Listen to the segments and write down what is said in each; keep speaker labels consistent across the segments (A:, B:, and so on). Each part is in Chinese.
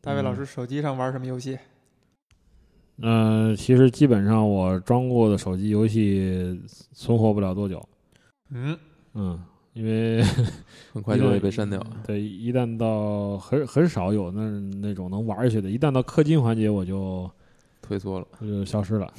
A: 大卫老师手机上玩什么游戏？
B: 嗯、呃，其实基本上我装过的手机游戏存活不了多久。
A: 嗯，
B: 嗯，因为
C: 很快就会被删掉。
A: 嗯
B: 对，一旦到很很少有那那种能玩下去的，一旦到氪金环节，我就
C: 退缩了。
B: 我就消失了。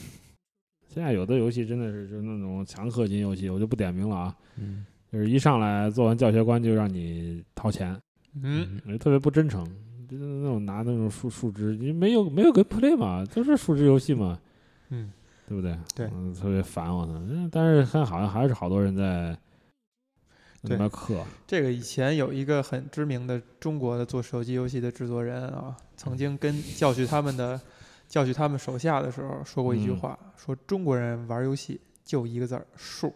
B: 现在有的游戏真的是就是那种强氪金游戏，我就不点名了啊，
C: 嗯
B: 就是一上来做完教学关就让你掏钱，
A: 嗯，
B: 我觉得特别不真诚。就是那种拿那种数数值，你没有没有 game play 嘛，就是数值游戏嘛，
A: 嗯，
B: 对不对？
A: 对
B: 嗯，特别烦我操。嗯但是看好像还是好多人在
A: 对
B: 那边氪，
A: 这个以前有一个很知名的中国的做手机游戏的制作人啊，曾经跟教训他们 的教训他们手下的时候说过一句
B: 嗯
A: 话，说中国人玩游戏就一个字儿数，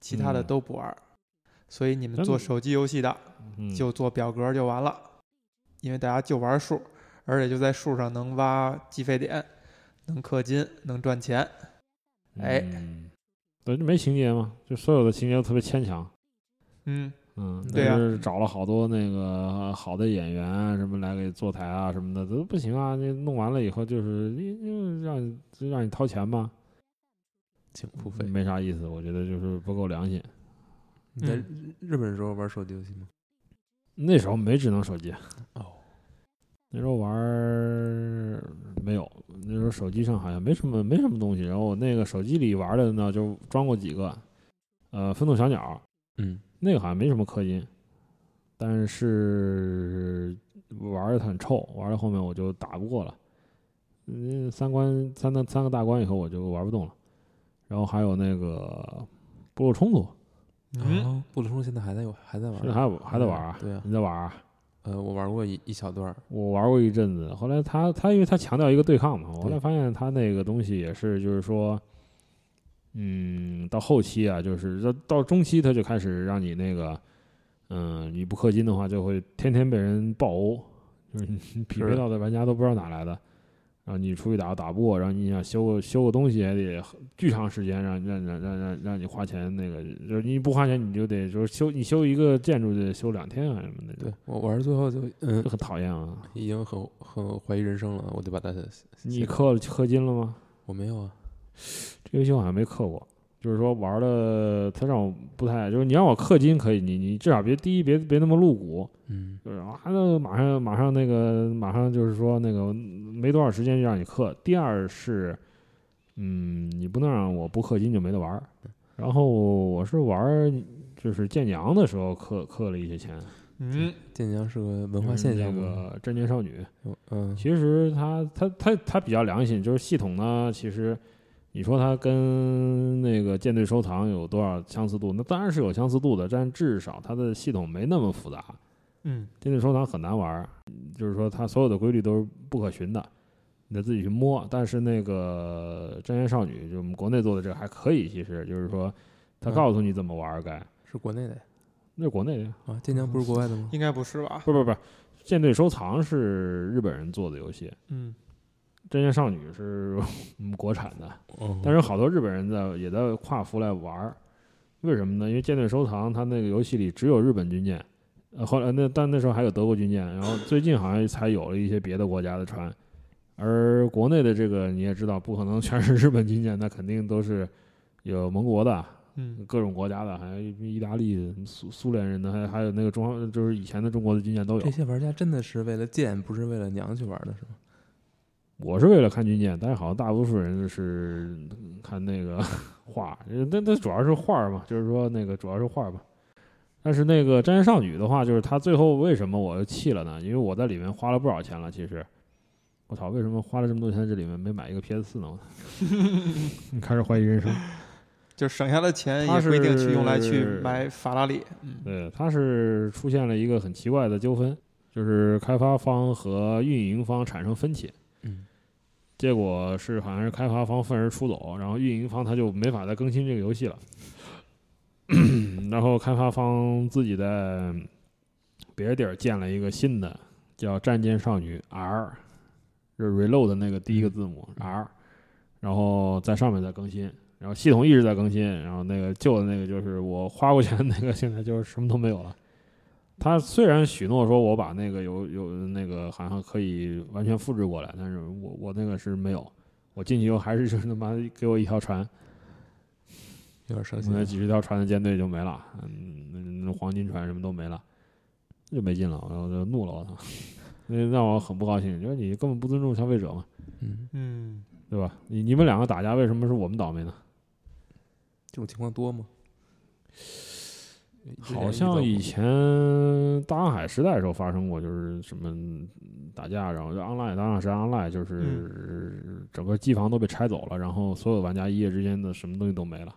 A: 其他的
B: 嗯
A: 都不玩儿。所以你们
B: 真
A: 做
B: 的
A: 手机游戏的
B: 嗯，
A: 就做表格就完了，因为大家就玩数，而且就在数上能挖计费点，能氪金，能赚钱。哎
B: 嗯，对，就没情节嘛，就所有的情节都特别牵强。
A: 嗯，
B: 嗯，
A: 对啊
B: 但是找了好多那个好的演员啊，什么来给坐台啊什么的，都不行啊！你弄完了以后，就是你你让你就让你掏钱嘛，
C: 请付费。
B: 没啥意思，我觉得就是不够良心。
C: 你在
B: 嗯
C: 日本的时候玩手机游戏吗？
B: 那时候没智能手机，
C: 哦，
B: 那时候玩儿没有，那时候手机上好像没什么没什么东西。然后我那个手机里玩的呢，就装过几个，呃，愤怒小鸟
C: 嗯，
B: 那个好像没什么氪金，但是玩的很臭，玩到后面我就打不过了，嗯，三关三个三个大关以后我就玩不动了。然后还有那个部落冲突，
A: 嗯，
C: 哦，布鲁冲现在还在有还在玩
B: 现在还有还在玩啊？
C: 对啊
B: 你在玩啊？
C: 呃，我玩过一一小段儿，
B: 我玩过一阵子，后来他他因为他强调一个对抗嘛，我后来
C: 对
B: 发现他那个东西也是就是说，嗯，到后期啊，就是到到中期他就开始让你那个，嗯，你不氪金的话就会天天被人爆殴，就是你匹配到的玩家都不知道哪来的，然后你出去打打不过，然后你想修个修个东西还得很巨长时间让让让让让让你花钱那个，就是你不花钱你就得就是修你修一个建筑就得修两天啊什么的，
C: 对我玩到最后就嗯
B: 就，很讨厌啊。
C: 已经很很怀疑人生了，我就把它
B: 你氪了氪金了吗？
C: 我没有啊，
B: 这游戏我好像没氪过，就是说玩的，它让我不太，就是你让我氪金可以，你你至少别第一别别那么露骨，
C: 嗯
B: 就是啊，那马上马上那个马上就是说那个没多少时间就让你氪。第二是，嗯，你不能让我不氪金就没得玩儿。然后我是玩儿就是剑娘的时候氪氪了一些钱，
A: 嗯，
C: 晋江是个文化现象
B: 就是那
C: 嘛，
B: 个真年少女，
C: 有嗯，
B: 其实它它它它比较良心，就是系统呢，其实你说它跟那个舰队收藏有多少相似度？那当然是有相似度的，但至少它的系统没那么复杂。
A: 嗯，
B: 舰队收藏很难玩儿，就是说它所有的规律都是不可循的，你得自己去摸。但是那个《真言少女》就我们国内做的这个还可以，其实就是说它告诉你怎么玩儿该。
C: 是国内的
B: 那是国内的呀，
C: 啊，晋江不是国外的吗？
A: 应该不是吧？
B: 不不不，舰队收藏是日本人做的游戏，
A: 嗯
B: 《真言少女》是 我们国产的。
C: 哦
B: 但是有好多日本呃人在也在跨服来玩儿，为什么呢？因为舰队收藏它那个游戏里只有日本军舰，呃，后来那但那时候还有德国军舰，然后最近好像才有了一些别的国家的船，而国内的这个你也知道，不可能全是日本军舰，那肯定都是有盟国的、
A: 嗯
B: 各种国家的，还有意大利、苏苏联人的，还还有那个中华就是以前的中国的军舰都有
C: 这。些玩家真的是为了贱，不是为了娘去玩的，是吗？
B: 我是为了看军舰，但是好像大多数人是看那个 画，呃那那主要是画儿嘛，就是说那个主要是画儿嘛。但是那个《真人少女》的话，就是她最后为什么我又弃了呢？因为我在里面花了不少钱了，其实。我操，为什么花了这么多钱在这里面没买一个 PS 四呢？我操 你开始怀疑人生。
A: 就省下的钱
B: 他
A: 也
B: 是
A: 不一定去用来去买法拉利。嗯
B: 对，它是出现了一个很奇怪的纠纷，就是开发方和运营方产生分歧。
C: 嗯，
B: 结果是好像是开发方愤而出走，然后运营方他就没法再更新这个游戏了。 然后开发方自己在别的地儿建了一个新的，叫《战舰少女 R》，就是 Reload 的那个第一个字母 R，然后在上面再更新，然后系统一直在更新，然后那个旧的那个就是我花过钱的那个，现在就是什么都没有了。他虽然许诺说我把那个有有那个好像可以完全复制过来，但是我我那个是没有，我进去以后还是就是他妈给我一条船，
C: 有点伤
B: 我
C: 心
B: 那
C: 了。
B: 几十条船的舰队就没了，嗯，那那黄金船什么都没了，那就没劲了，然后就怒了，我操，那让我很不高兴，就是你根本不尊重消费者嘛，
C: 嗯，
A: 嗯，
B: 对吧？你你们两个打架，为什么是我们倒霉呢？
C: 这种情况多吗？之前
B: 好
C: 遇到
B: 像
C: 过
B: 以前大航海时代的时候发生过，就是什么打架，然后就 online 当然是 online，就是整个机房都被拆走了，然后所有玩家一夜之间的什么东西都没了，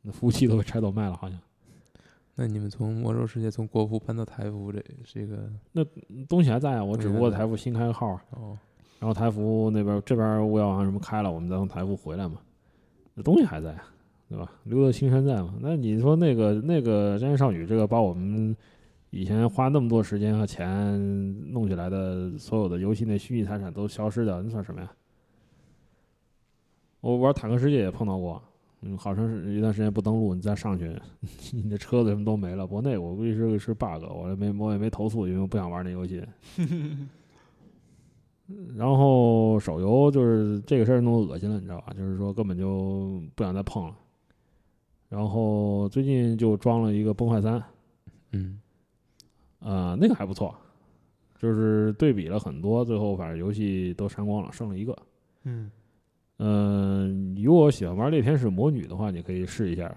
B: 那服务器都被拆走卖了，好像
C: 那你们从魔兽世界从国服搬到台服，这这个
B: 东西还在啊，我
C: 东
B: 只
C: 西
B: 不
C: 还
B: 过
C: 在
B: 台服新开个号，
C: 哦，
B: 然后台服那边这边巫妖王什么开了，我们再从台服回来嘛，那东西还在啊，对吧？留得青山在嘛。那你说那个那个《真人少女》这个把我们以前花那么多时间和钱弄起来的所有的游戏内虚拟财产都消失掉，那算什么呀？我玩《坦克世界》也碰到过，嗯，好长时一段时间不登录，你再上去， 你的车子什么都没了。不过那我估计是是 bug，我也没我也没投诉，因为我不想玩那游戏。然后手游就是这个事儿弄得恶心了，你知道吧？就是说根本就不想再碰了。然后最近就装了一个《崩坏三》，
C: 嗯，
B: 呃，那个还不错，就是对比了很多，最后反正游戏都删光了，剩了一个。
A: 嗯，
B: 嗯、如果喜欢玩《猎天使魔女》的话，你可以试一下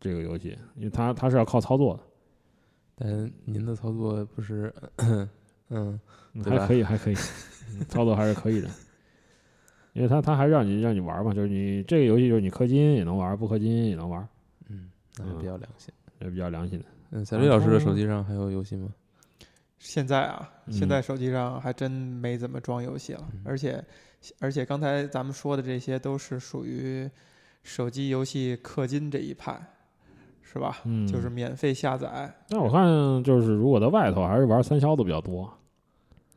B: 这个游戏，因为它它是要靠操作的，
C: 但您的操作不是，嗯，
B: 嗯
C: 对吧
B: 还可以还可 以，嗯操作还是可以的。因为它它还让你让你玩嘛，就是你这个游戏就是你氪金也能玩，不氪金也能玩，
C: 嗯，那还比较良心。
B: 也比较良心的。
C: 嗯，小李老师的手机上还有游戏吗？
A: 现在啊，
B: 嗯
A: 现在手机上还真没怎么装游戏了，
C: 嗯
A: 而且而且刚才咱们说的这些都是属于手机游戏氪金这一派，是吧？
B: 嗯
A: 就是免费下载，
B: 但我看就是如果在外头还是玩三消的比较多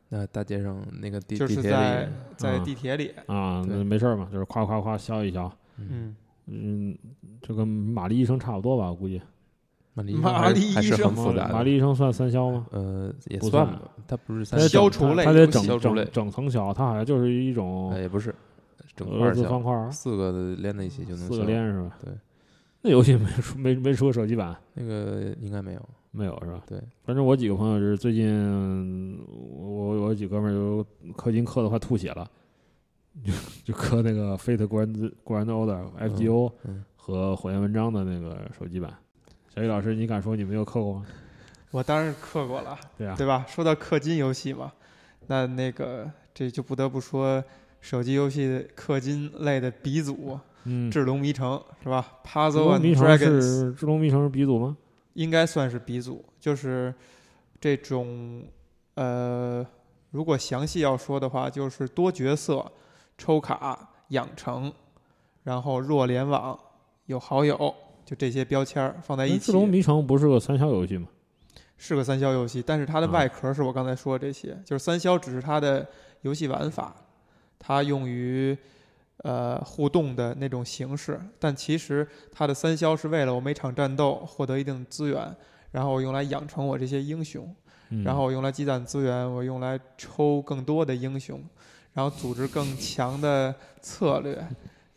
C: 那大街上那个地
A: 就
C: 地
A: 是
C: 铁
A: 在
C: 里，
A: 在
B: 嗯
A: 地铁里，
B: 啊，
C: 对
B: 那没事儿嘛，就是夸夸夸消一消，
A: 嗯，
B: 嗯，这跟玛丽医生差不多吧，我估计。
C: 玛丽医生
A: 玛
C: 还
A: 丽
C: 还
A: 医
C: 是
A: 生
C: 很复杂的。
B: 玛丽医生算三消吗？
C: 呃，也
B: 不
C: 算
B: 算
C: 吧，它不是
B: 它
C: 三
B: 得
A: 消
B: 整
A: 除类
B: 它得
A: 游戏
B: 整
C: 消除类
B: 整整层消，它好像就是一种
C: 呃，也不是，整
B: 俄
C: 块
B: 罗
C: 儿
B: 斯
C: 消
B: 方块儿，
C: 四个的连在一起就能
B: 四个
C: 消
B: 连是吧？
C: 对。
B: 那游戏没出没没出过手机版，
C: 那个应该没有，
B: 没有是吧？
C: 对，
B: 反正我几个朋友就是最近，嗯我我我有几哥们儿就氪金氪的快吐血了，就就氪那个 Fate Grand Grand Order FGO
C: 嗯
B: 和火焰文章的那个手机版。小雨老师，你敢说你没有氪过吗？
A: 我当然氪过了，
B: 对啊，
A: 对吧？说到氪金游戏嘛，那那个这就不得不说手机游戏氪金类的鼻祖
B: 嗯，
A: 《
B: 《
A: 智龙迷城》是吧
B: 智
A: ？Puzzle
B: 龙迷
A: and
B: 城》
A: Dragons
B: 是《智龙迷城》是鼻祖吗？
A: 应该算是鼻祖，就是这种呃，如果详细要说的话，就是多角色、抽卡、养成，然后弱联网、有好友，就这些标签儿放在一
B: 《
A: 起
B: 智，龙迷城》不是个三消游戏吗？
A: 是个三消游戏。但是它的
B: 啊
A: 外壳是我刚才说的这些，就是三消只是它的游戏玩法，它用于。呃，互动的那种形式，但其实它的三消是为了我每场战斗获得一定的资源，然后用来养成我这些英雄，
B: 嗯、
A: 然后我用来积攒资源，我用来抽更多的英雄，然后组织更强的策 略，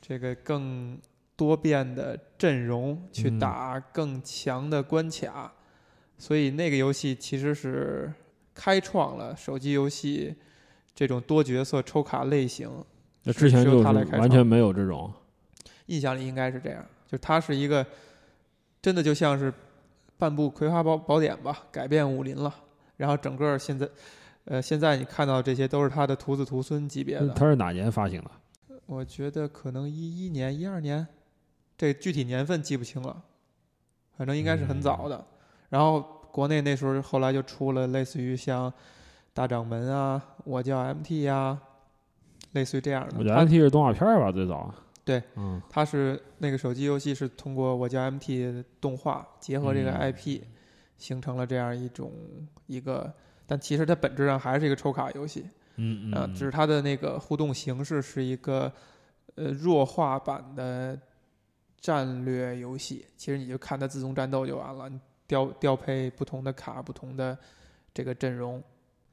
A: 这个更多变的阵容去
B: 嗯
A: 打更强的关卡，所以那个游戏其实是开创了手机游戏这种多角色抽卡类型，
B: 那之前
A: 是
B: 就
A: 由
B: 是
A: 它来开
B: 完
A: 创
B: 全没有这种，
A: 印象里应该是这样，就它是一个真的就像是半部《葵花宝宝典》吧，改变武林了。然后整个现在，呃，现在你看到这些都是它的徒子徒孙级别的。
B: 嗯它是哪年发行的？
A: 我觉得可能一一年、一二年，这具体年份记不清了，反正应该是很早
B: 嗯
A: 的。然后国内那时候后来就出了类似于像《大掌门》啊，《我叫 MT》啊，类似于这样的。
B: 我觉
A: 它
B: 得 NT 是动画片儿吧，最早。
A: 对，
B: 嗯，
A: 它是那个手机游戏是通过我叫 MT 动画结合这个
B: 嗯
A: IP，、形成了这样一种一个，但其实它本质上还是一个抽卡游戏，
B: 嗯嗯，
A: 啊，
B: 嗯
A: 只是它的那个互动形式是一个呃弱化版的战略游戏。其实你就看它自动战斗就完了，你调调配不同的卡、不同的这个阵容。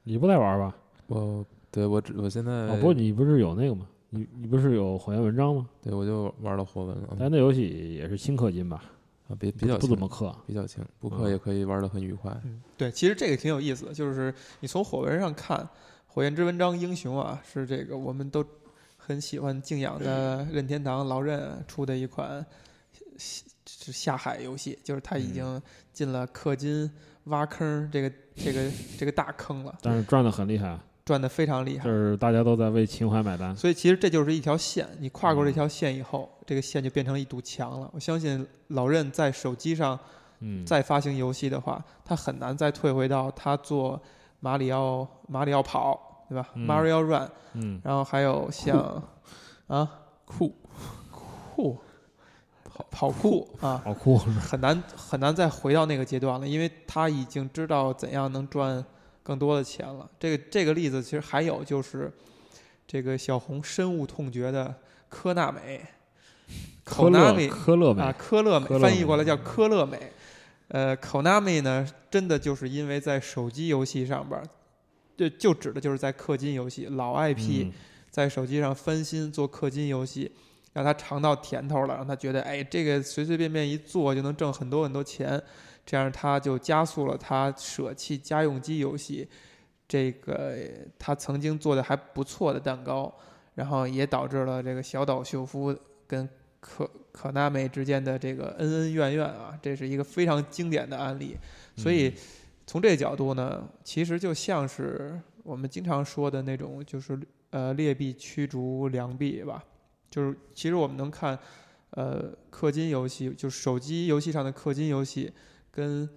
B: 你不在玩吧？
C: 我对我只我现在、
A: 呃
B: 啊，不过你不是有那个吗？你你不是有火焰文章吗？
C: 对我就玩到火纹
A: 嗯
C: 了
B: 但那游戏也是轻氪金吧，
C: 啊，比
B: 不
C: 比较
B: 不
C: 轻
B: 怎么氪。
C: 比较轻，不氪也可以玩的很愉快。
A: 嗯，对，其实这个挺有意思的，就是你从火纹上看，《火焰之纹章》英雄啊，是这个我们都很喜欢敬仰的任天堂老任出的一款下是下海游戏，就是他已经进了氪金挖坑这个这个这个大坑了，
B: 但是赚的很厉害，
A: 赚的非常厉害
B: 就。是大家都在为情怀买单。
A: 所以其实这就是一条线，你跨过这条线以后，这个线就变成了一堵墙了。我相信老任在手机上
B: 嗯，
A: 再发行游戏的话，他很难再退回到他做马里奥马里奥跑，对吧、
B: 嗯
A: m a r i o Run，
B: 嗯，
A: 然后还有像啊
C: 酷，
A: 酷跑跑酷啊，
B: 好酷，
A: 很难很难再回到那个阶段了，因为他已经知道怎样能赚更多的钱了。这个这个例子其实还有就是，这个小红深恶痛绝的科纳美，
B: 科
A: 口纳
B: 乐
A: 美
B: 科乐美
A: 啊，科乐
B: 科乐
A: 美
B: 美
A: 翻译过来叫科乐美。呃，Konami 呢，真的就是因为在手机游戏上边儿，就就指的就是在氪金游戏老 IP，、
B: 嗯
A: 在手机上翻新做氪金游戏，让他尝到甜头了，让他觉得哎，这个随随便便一做就能挣很多很多钱，这样他就加速了他舍弃家用机游戏，这个他曾经做的还不错的蛋糕，然后也导致了这个小岛秀夫跟可可纳美之间的这个恩恩怨怨啊，这是一个非常经典的案例，所以。从这个角度呢，其实就像是我们经常说的那种，就是呃劣币驱逐良币吧。就是其实我们能看，呃，氪金游戏，就是手机游戏上的氪金游戏，跟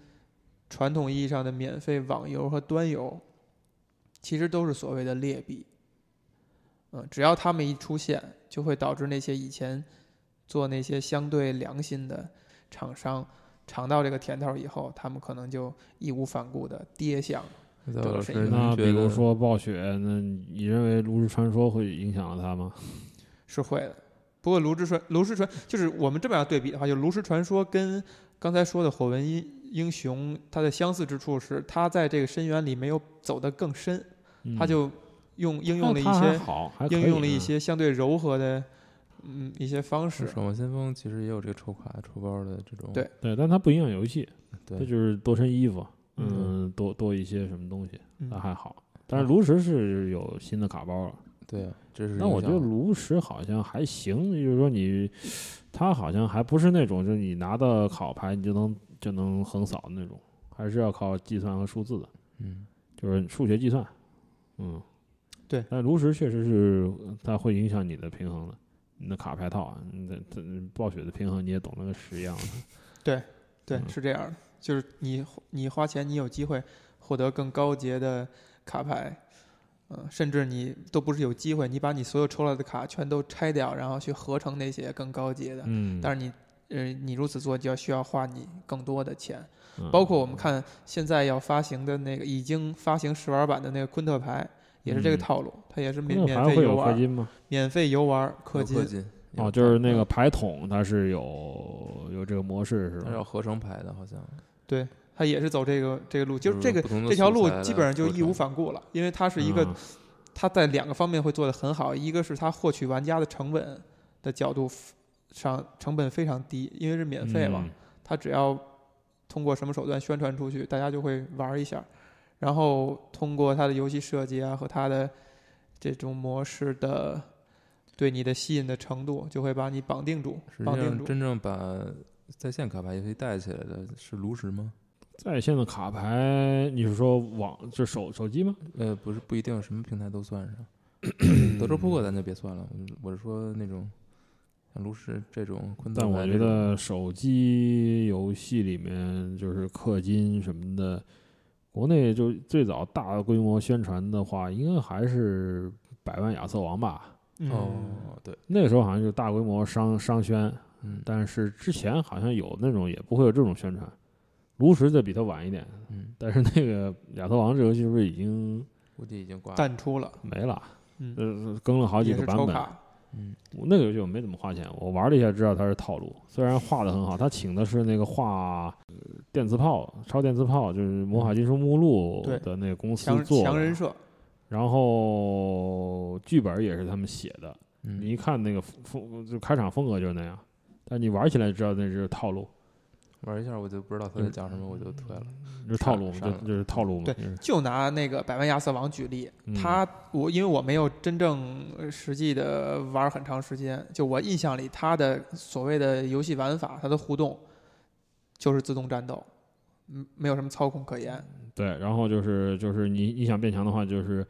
A: 传统意义上的免费网游和端游，其实都是所谓的劣币。嗯，只要他们一出现，就会导致那些以前做那些相对良心的厂商尝到这个甜头以后，他们可能就义无反顾的跌向
C: 在我老师
A: 是
C: 您
B: 那
C: 觉
B: 比如
C: 得
B: 说暴雪，那你认为《炉石传说》会影响了它吗？
A: 是会的。不过炉石传炉石传就是我们这么样对比的话，就炉石传说跟刚才说的火纹英英雄，它的相似之处是，它在这个深渊里没有走得更深，
B: 嗯
A: 它就用应用了一
B: 那它还
A: 些
B: 好，还可以
A: 应用了一
B: 啊
A: 些相对柔和的嗯一些方式
C: 《守望先锋》其实也有这个抽卡抽包的这种，
A: 对
B: 嗯对，但它不影响游戏，它
C: 对，
B: 就是多身衣服，
A: 嗯
B: 嗯，多多一些什么东西，
A: 嗯
B: 那还好。但是炉石是有新的卡包了，
C: 对啊，这是
B: 但我觉得
C: 影响
B: 炉石好像还行，就是说你，它好像还不是那种，就是你拿到考牌你就能就能横扫的那种，还是要靠计算和数字的，
C: 嗯，
B: 就是数学计算，嗯，
A: 对
B: 但炉石确实是它会影响你的平衡的，你的卡牌套啊，你的这暴雪的平衡你也懂那个十样的，
A: 对，
B: 嗯
A: 是这样的，就是你你花钱，你有机会获得更高阶的卡牌，嗯、甚至你都不是有机会，你把你所有抽来的卡全都拆掉，然后去合成那些更高阶的。
B: 嗯，
A: 但
B: 是
A: 是你，呃，你如此做就要需要花你更多的钱，
C: 嗯
B: 嗯
A: 包括我们看现在要发行的那个已经发行试玩版的那个昆特牌，也是这个
B: 嗯
A: 套路，它也是免
B: 那
A: 免
B: 牌
A: 费
B: 会
A: 游
B: 有氪
A: 玩，
B: 金吗？
A: 免费游玩氪
C: 有
A: 金
C: 氪，金
B: 哦，就是那
A: 嗯
B: 个牌桶，它是有有这个模式是
C: 它是要
B: 吧？
C: 合成牌的，好像
A: 对，它也是走这个这个路，就是
C: 就
A: 这
C: 是
A: 个
C: 不同的
A: 这条
C: 素
A: 路
C: 材
A: 基
C: 来
A: 本上就
C: 合
A: 义无
C: 成
A: 反顾了，因为它是一个
B: 嗯
A: 它在两个方面会做得很好，一个是它获取玩家的成本的角度上成本非常低，因为是免费嘛，
B: 嗯
A: 它只要通过什么手段宣传出去，大家就会玩一下，然后通过它的游戏设计啊和它的这种模式的对你的吸引的程度，就会把你绑定住
C: 实，际
A: 绑定
C: 上
A: 住。
C: 真正把在线卡牌游戏带起来的是炉石吗？
B: 在线的卡牌，你是说网就手手机吗？
C: 呃，不是，不一定，什么平台都算上。 德州扑克咱就别算了，我是我是说那种像炉石这种昆
A: 嗯
C: 特
B: 但我
C: 牌
B: 觉
C: 这种
B: 得手机游戏里面就是氪金什么的，国内就最早大规模宣传的话，应该还是百万亚瑟王吧。
A: 嗯，
C: 哦，对，
B: 那个时候好像就大规模商商宣，
C: 嗯
B: 但是之前好像有那种也不会有这种宣传。炉石就比它晚一点，
C: 嗯，
B: 但是那个亚瑟王这游戏是不是已经
C: 估计已经挂了。
A: 淡出了，
B: 没了？
A: 嗯，
B: 呃，更了好几
A: 也
B: 个
A: 是
B: 版
A: 抽
B: 本。
A: 卡，
C: 嗯
B: 我那个游戏我没怎么花钱，我玩了一下知道它是套路，虽然画的很好，他请的是那个画呃电磁炮、超电磁炮，就是《魔法金属目录
A: 对》
B: 的那个公司
A: 强
B: 做
A: 强
B: 的
A: 人设，
B: 然后剧本也是他们写的，
C: 嗯，
B: 你一看那个风就开场风格就是那样，但你玩起来知道那是套路，
C: 玩一下我就不知道他在讲什么，我就退了。
B: 就是套路嘛，
C: 上
B: 就
C: 上了
B: 就是套路嘛。
A: 对
B: 就是
A: 就拿那个百万亚瑟王举例，
B: 嗯
A: 他我因为我没有真正呃实际的玩很长时间，就我印象里他的所谓的游戏玩法，他的互动就是自动战斗，嗯，没有什么操控可言。
B: 对，然后就是就是你你想变强的话，就是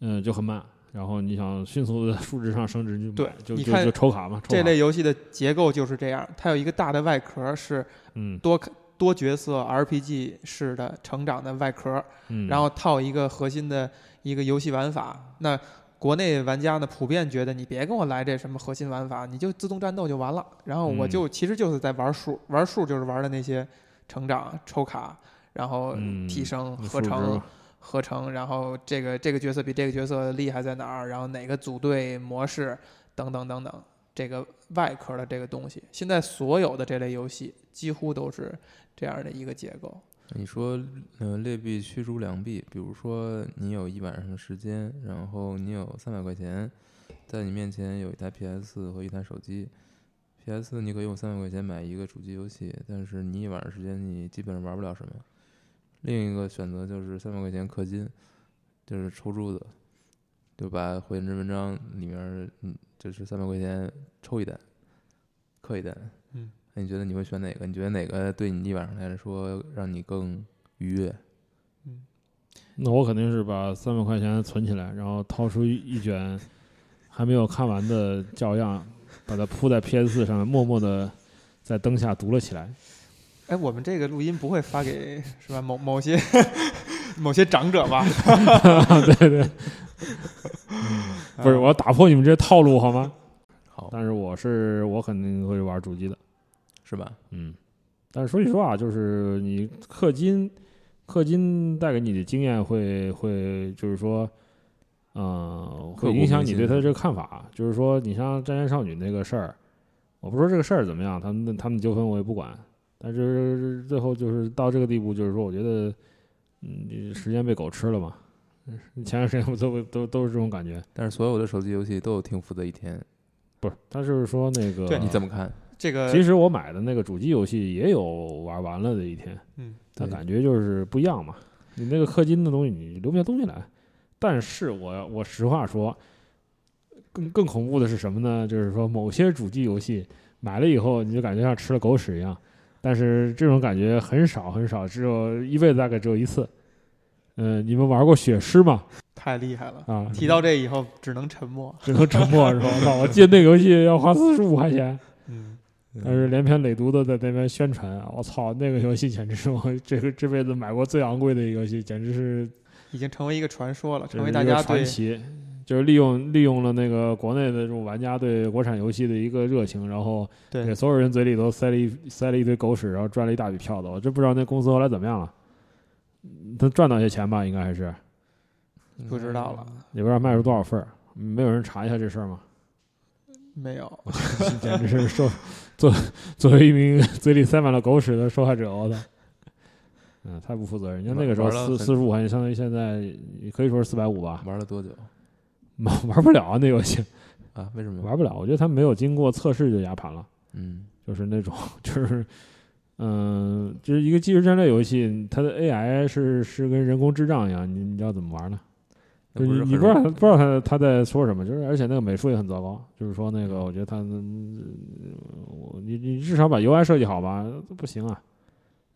B: 嗯、就很慢，然后你想迅速的 数值上升值就
A: 对
B: 就
A: 你
B: 就
A: 看
B: 就抽卡嘛，抽
A: 这
B: 卡
A: 类游戏的结构就是这样，它有一个大的外壳是
B: 嗯
A: 多多角色 RPG 式的成长的外壳，
B: 嗯，
A: 然后套一个核心的一个游戏玩法。那国内玩家呢，普遍觉得你别跟我来这什么核心玩法，你就自动战斗就完了。然后我
B: 嗯
A: 就、其实就是在玩数，玩数就是玩的那些成长、抽卡，然后
B: 嗯
A: 提升、
B: 你
A: 合
B: 数值
A: 成
B: 嘛、
A: 合成，然后这个这个角色比这个角色厉害在哪儿，然后哪个组队模式等等等等。这个外壳的这个东西，现在所有的这类游戏几乎都是这样的一个结构。
C: 你说，呃，劣币驱逐良币，比如说你有一晚上的时间，然后你有三百块钱，在你面前有一台 PS 和一台手机。PS 你可以用三百块钱买一个主机游戏，但是你一晚上时间你基本上玩不了什么。另一个选择就是三百块钱氪金，就是抽珠子，就把火焰之文章里面儿，嗯，就是三百块钱抽一单，氪一单。
A: 嗯，
C: 那你觉得你会选哪个？你觉得哪个对你一晚上来说让你更愉悦？
B: 那我肯定是把三百块钱存起来，然后掏出一卷还没有看完的照样，把它铺在 PS 四上面，默默的在灯下读了起来。
A: 哎，我们这个录音不会发给是吧？某某些 某些长者吧？
B: 对对，不是，我要打破你们这些套路好吗？
C: 好，
B: 但是我是我肯定会玩主机的，
C: 是吧？
B: 嗯。但是说句实话，就是你氪金，氪金带给你的经验会会就是说，呃，
C: 刻
B: 会
C: 骨
B: 影响
C: 铭
B: 你
C: 心
B: 对他的
C: 是
B: 这个看法。就是说，你像《战舰少女》那个事儿，我不说这个事儿怎么样，他们的他们纠纷我也不管，但是最后就是到这个地步，就是说，我觉得，嗯，这时间被狗吃了嘛。 前段时间不都都都是这种感觉，
C: 但是所有的手机游戏都有停服的一天，
B: 不是？他就是说那个，
A: 对
C: 你怎么看？
A: 这个
B: 其实我买的那个主机游戏也有玩完了的一天，
A: 嗯，
B: 但
C: 对
B: 感觉就是不一样嘛。你那个氪金的东西，你留不下东西来。但是我我实话说，更更恐怖的是什么呢？就是说某些主机游戏买了以后，你就感觉像吃了狗屎一样。但是这种感觉很少很少，只有一辈子大概只有一次。嗯、你们玩过血尸吗？
A: 太厉害了。
B: 啊，
A: 提到这以后只能沉默。
B: 只能沉默是吧？我操！我记得那个游戏要花四十五块钱，
A: 嗯，
B: 但是连篇累牍的在那边宣传，啊我操，那个游戏简直是我这个这辈子买过最昂贵的一个游戏，简直是
A: 已经成为一个传说了，
B: 简
A: 成为
B: 直
A: 大
B: 一个
A: 家
B: 传
A: 对
B: 奇，就是利用利用了那个国内的这种玩家对国产游戏的一个热情，然后给
A: 对
B: 所有人嘴里头塞了一塞了一堆狗屎，然后赚了一大笔票子。我真不知道那公司后来怎么样了，嗯他赚到一些钱吧，应该还是
A: 不知道了，
B: 也不知道卖出多少份儿，没有人查一下这事儿吗？
A: 没有。
B: 简直是受 作作为一名嘴里塞满了狗屎的受害者，我操！嗯，太不负责任。像那个时候
C: 玩了
B: 四
C: 很
B: 四十五块钱，相当于现在也可以说是四百五吧，
C: 玩了多久
B: 玩玩不了啊，那游戏
C: 啊？为什么？
B: 玩不了。我觉得他没有经过测试就压盘了，
C: 嗯，
B: 就是那种 就是嗯、就是一个即时战略游戏，它的 AI 是是跟人工智障一样，你你知道怎么玩呢？
C: 那
B: 就是
C: 是
B: 你不
C: 很
B: 知道
C: 容
B: 他不知道他他在说什么，就是而且那个美术也很糟糕，就是说那个我觉得他，嗯我你你至少把 UI 设计好吧，不行啊。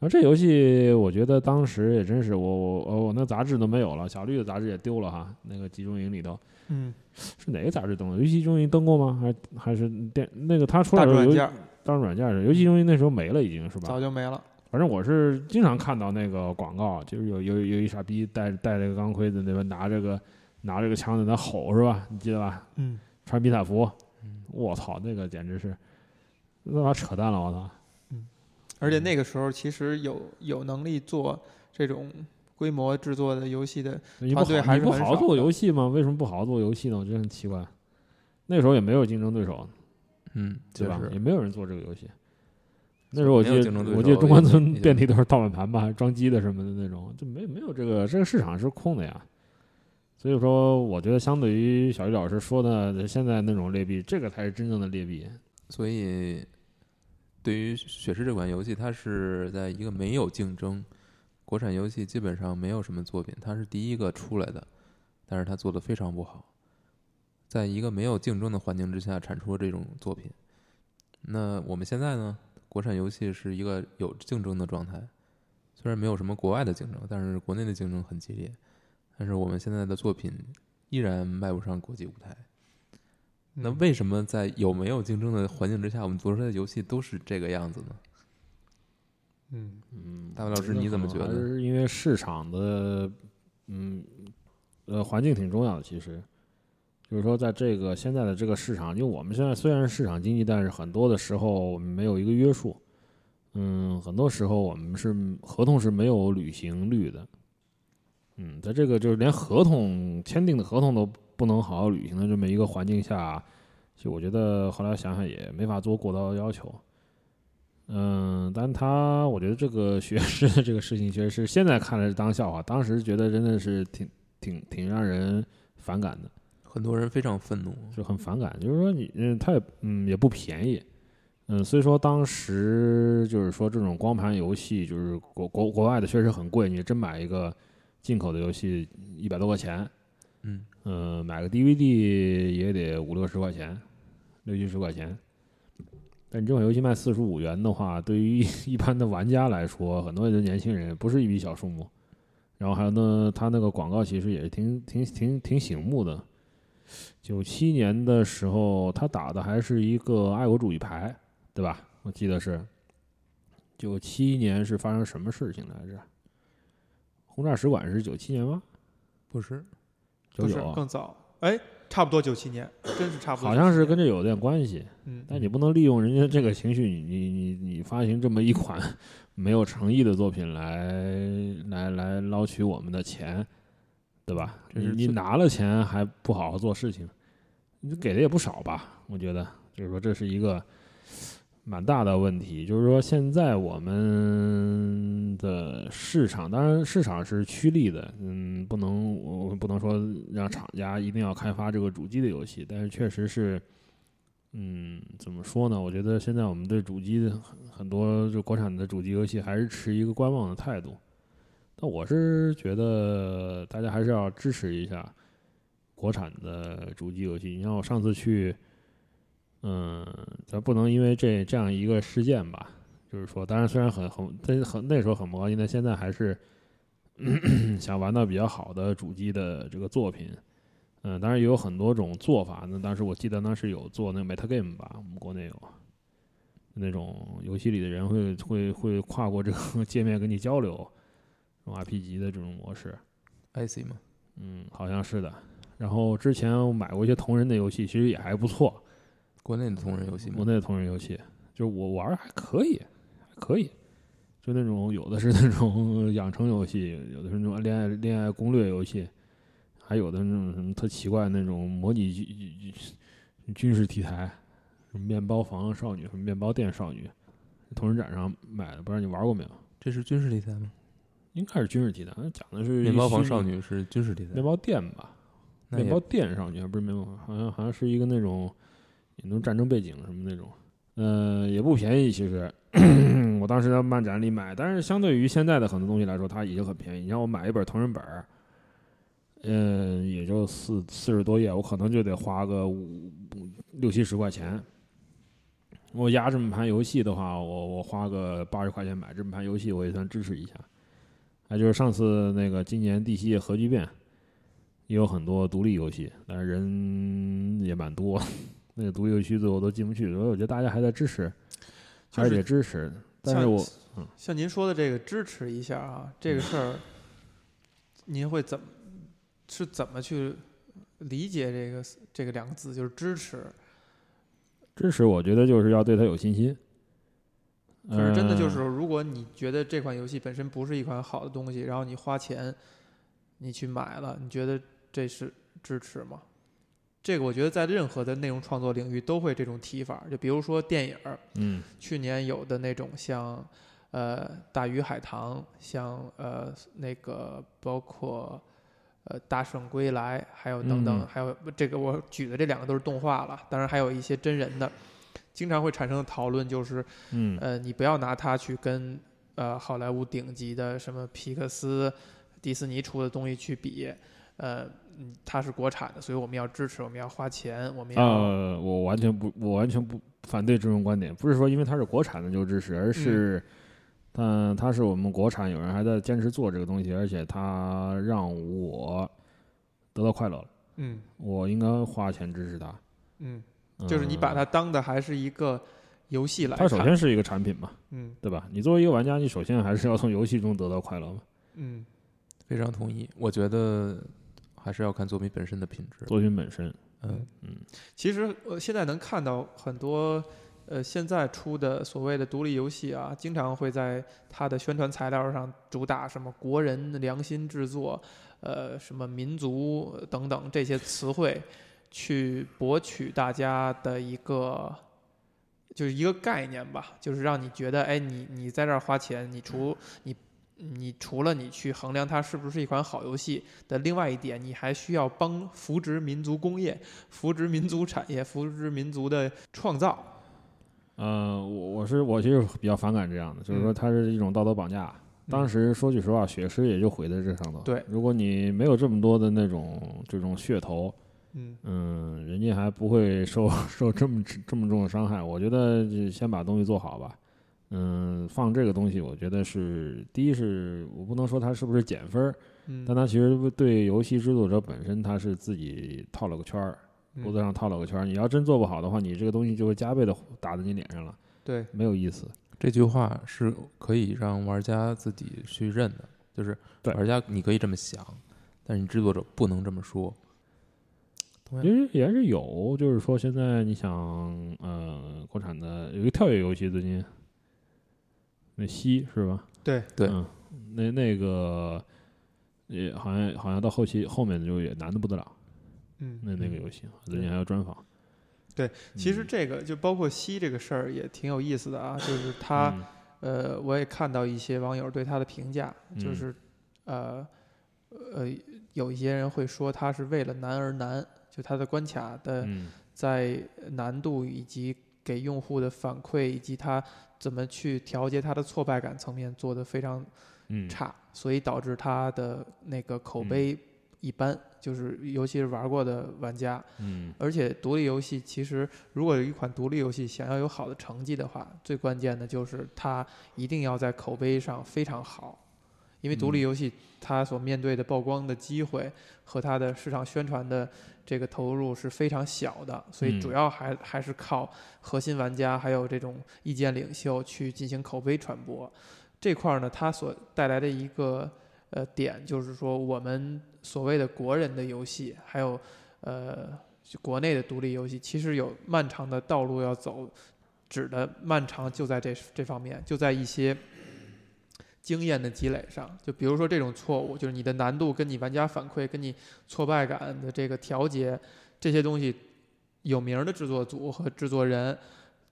B: 然后这游戏我觉得当时也真是我我哦我我那杂志都没有了，小绿的杂志也丢了哈，那个集中营里头
A: 嗯，
B: 是哪个杂志登的？游戏集中营登过吗？还还是电那个他出来
A: 大
B: 的时
A: 软
B: 候游戏
A: 件
B: 当软件是游戏集中营那时候没了已经是吧？
A: 早就没了。
B: 反正我是经常看到那个广告，就是有有有一傻逼戴戴着个钢盔在那边拿着个拿着个枪在那吼是吧？你记得吧？
A: 嗯，
B: 穿迷彩服
C: 嗯，
B: 我操，那个简直是他妈扯淡了！我操，
A: 而且那个时候其实有有能力做这种规模制作的游戏的，
B: 你不好
A: 团队还
B: 你
A: 是
B: 不
A: 很
B: 好
A: 少
B: 好做
A: 的
B: 游戏吗？为什么不好好做游戏呢？我觉得很奇怪。那时候也没有竞争对手，
C: 嗯，
B: 对
C: 就
B: 吧？也
C: 是
B: 没有人做这个游戏。那时候我记
C: 没有竞争
B: 得，
C: 对手
B: 我记得中关村
C: 也
B: 遍地都是盗版盘吧，装机的什么的那种，就没没有这个这个市场是空的呀。所以说，我觉得相对于小玉老师说的现在那种劣币，这个才是真正的劣币。
C: 所以对于《雪狮》这款游戏，它是在一个没有竞争，国产游戏基本上没有什么作品，它是第一个出来的，但是它做的非常不好，在一个没有竞争的环境之下产出了这种作品。那我们现在呢？国产游戏是一个有竞争的状态，虽然没有什么国外的竞争，但是国内的竞争很激烈。但是我们现在的作品依然迈不上国际舞台。那
A: 嗯
C: 为什么在有没有竞争的环境之下，我们做出来的游戏都是这个样子呢？
A: 嗯，
B: 嗯，
C: 大卫老师你怎么觉得
B: 还是因为市场的，嗯，呃，环境挺重要的。其实，就是说，在这个现在的这个市场，因为我们现在虽然是市场经济，但是很多的时候我们没有一个约束。嗯，很多时候我们是合同是没有履行率的。嗯，在这个就是连合同签订的合同都不能好好履行的这么一个环境下，其实我觉得后来想想也没法做过高要求。嗯，但他我觉得这个学士的这个事情，确实是现在看来是当笑话，当时觉得真的是挺挺挺让人反感的，
C: 很多人非常愤怒，
B: 就很反感。就是说你，嗯，他也嗯也不便宜，嗯，所以说当时就是说这种光盘游戏，就是国国国外的确实很贵，你真买一个进口的游戏一百多块钱，
C: 嗯，
B: 嗯，买个 DVD 也得五六十块钱，六七十块钱。但你这款游戏卖四十五元的话，对于一 般的玩家来说，很多的年轻人不是一笔小数目。然后还有呢，它那个广告其实也是挺挺挺挺醒目的。九七年的时候，他打的还是一个爱国主义牌，对吧？我记得是。九七年是发生什么事情来着？轰炸使馆是九七年吗？
C: 不是，
B: 九
A: 不是
B: 九啊
A: 更早，哎，差不多九七年，真是差不多97年，
B: 好像是跟这有点关系，
A: 嗯
B: 但你不能利用人家这个情绪，你你你你发行这么一款没有诚意的作品来来来捞取我们的钱，对吧？
C: 这
B: 你
C: 是
B: 你
C: 最
B: 拿了钱还不好好做事情，你给的也不少吧？我觉得，就是说这是一个蛮大的问题。就是说现在我们的市场，当然市场是趋利的，嗯，不能我我不能说让厂家一定要开发这个主机的游戏，但是确实是。嗯，怎么说呢？我觉得现在我们对主机的很很多就国产的主机游戏还是持一个观望的态度。但我是觉得大家还是要支持一下国产的主机游戏。你像我上次去，嗯，咱不能因为这这样一个事件吧，就是说，当然虽然很很真很那时候很不高兴，但现在还是想玩到比较好的主机的这个作品。嗯，当然也有很多种做法。那当时我记得当时有做那个 MetaGame 吧，我们国内有那种游戏里的人会会会跨过这个 界面跟你交流，这种 RPG 的这种模式，
C: i c 嘛，
B: 嗯，好像是的。然后之前我买过一些同人的游戏，其实也还不错，
C: 国内的同人游戏
B: 国
C: 嘛，
B: 内的同人游戏，就是我玩儿还可以，还可以，就那种有的是那种 养成游戏，有的是那种恋爱恋爱攻略游戏，还有的那种什么特奇怪的那种模拟军军军事题材，什么面包房少女，什么面包店少女，同人展上买的，不知道你玩过没有？
C: 这是军事题材吗？
B: 应该是军事题材，讲的是
C: 面
B: 一
C: 包房
B: 虚拟
C: 少女是军事题材
B: 面，包店吧，
C: 那
B: 面
C: 也
B: 包店上去，还不是面包，好像好像是一个那种也能战争背景什么那种，呃，也不便宜。其实 我当时在漫展里买，但是相对于现在的很多东西来说，它已经很便宜。你让我买一本同人本儿，嗯、也就四四十多页，我可能就得花个五五六七十块钱。我压这么盘游戏的话，我我花个八十块钱买这么盘游戏，我也算支持一下。还就是上次那个今年地西的核聚变，也有很多独立游戏，但是人也蛮多，那个独立游戏最后都进不去，所以我觉得大家还在支持，
A: 就
B: 还
A: 是
B: 得支持。但是
A: 像
B: 我
A: 像您说的这个支持一下啊，这个事儿，您会怎么是怎么去理解这个这个两个字，就是支持？
B: 支持，我觉得就是要对他有信心。
A: 可是真的就
B: 嗯
A: 是，如果你觉得这款游戏本身不是一款好的东西，然后你花钱你去买了，你觉得这是支持吗？这个我觉得在任何的内容创作领域都会这种提法，就比如说电影儿，
B: 嗯
A: 去年有的那种像呃《大鱼海棠》，像呃那个包括呃《大圣归来》，还有等等，
B: 嗯
A: 还有这个我举的这两个都是动画了，当然还有一些真人的，经常会产生的讨论就是，
B: 嗯
A: 呃，你不要拿它去跟呃好莱坞顶级的什么皮克斯、迪士尼出的东西去比，呃。嗯它是国产的，所以我们要支持，我们要花钱，我们要、
B: 呃，我完全不，我完全不反对这种观点，不是说因为它是国产的就支持，而是，嗯，它是我们国产，有人还在坚持做这个东西，而且它让我得到快乐了，
A: 嗯
B: 我应该花钱支持它。
A: 嗯，
B: 嗯
A: 就是你把它当的还是一个游戏来
B: 它
A: 看。
B: 首先是一个产品嘛，
A: 嗯
B: 对吧？你作为一个玩家，你首先还是要从游戏中得到快乐嘛。
A: 嗯
C: 非常同意。我觉得还是要看作品本身的品质。
B: 作品本身，
C: 嗯，
A: 其实呃，现在能看到很多呃，现在出的所谓的独立游戏啊，经常会在它的宣传材料上主打什么国人良心制作，呃，什么民族等等这些词汇，去博取大家的一个。就是一个概念吧，就是让你觉得，哎，你你在这儿花钱，你除你你除了你去衡量它是不是一款好游戏的另外一点，你还需要帮扶植民族工业，扶植民族产业，扶植民族的创造。
B: 呃，我我是我其实比较反感这样的，就是说
A: 嗯
B: 它是一种道德绑架。当时说句实话，血师也就毁在这上头。
A: 对
B: 如果你没有这么多的那种这种噱头，
A: 嗯，
B: 嗯，人家还不会受 受这么这么重的伤害。我觉得就先把东西做好吧。嗯，放这个东西，我觉得是第一是我不能说它是不是减分儿，
A: 嗯
B: 但它其实对游戏制作者本身它是自己套了个圈儿，
A: 嗯
B: 脖子上套了个圈儿。你要真做不好的话，你这个东西就会加倍的打在你脸上了，
A: 对，
B: 没有意思。
C: 这句话是可以让玩家自己去认的，就是
B: 对
C: 玩家你可以这么想，但是你制作者不能这么说。
B: 其实也是有，就是说现在你想，呃，国产的有一个跳跃游戏，最近那西是吧？
A: 对
C: 对
B: 嗯，那那个也好像好像到后期后面就也难的不得了，
A: 嗯，
B: 那那个游戏啊最近还有专访。
A: 对
B: 嗯，
A: 其实这个就包括西这个事儿也挺有意思的啊，就是他、
B: 嗯
A: 呃，我也看到一些网友对他的评价，就
B: 嗯
A: 是、呃呃，有一些人会说他是为了难而难，就他的关卡的。
B: 嗯
A: 在难度以及给用户的反馈以及他怎么去调节他的挫败感层面做得非常
B: 嗯
A: 差，所以导致他的那个口碑一般，就是尤其是玩过的玩家。
B: 嗯
A: 而且独立游戏其实，如果有一款独立游戏想要有好的成绩的话，最关键的就是它一定要在口碑上非常好。因为独立游戏它所面对的曝光的机会和它的市场宣传的这个投入是非常小的，所以
B: 嗯
A: 主要还还是靠核心玩家还有这种意见领袖去进行口碑传播。这块儿呢，它所带来的一个呃点就是说，我们所谓的国人的游戏，还有呃就国内的独立游戏，其实有漫长的道路要走，指的漫长就在这这方面，就在一些经验的积累上。就比如说这种错误，就是你的难度跟你玩家反馈、跟你挫败感的这个调节，这些东西，有名儿的制作组和制作人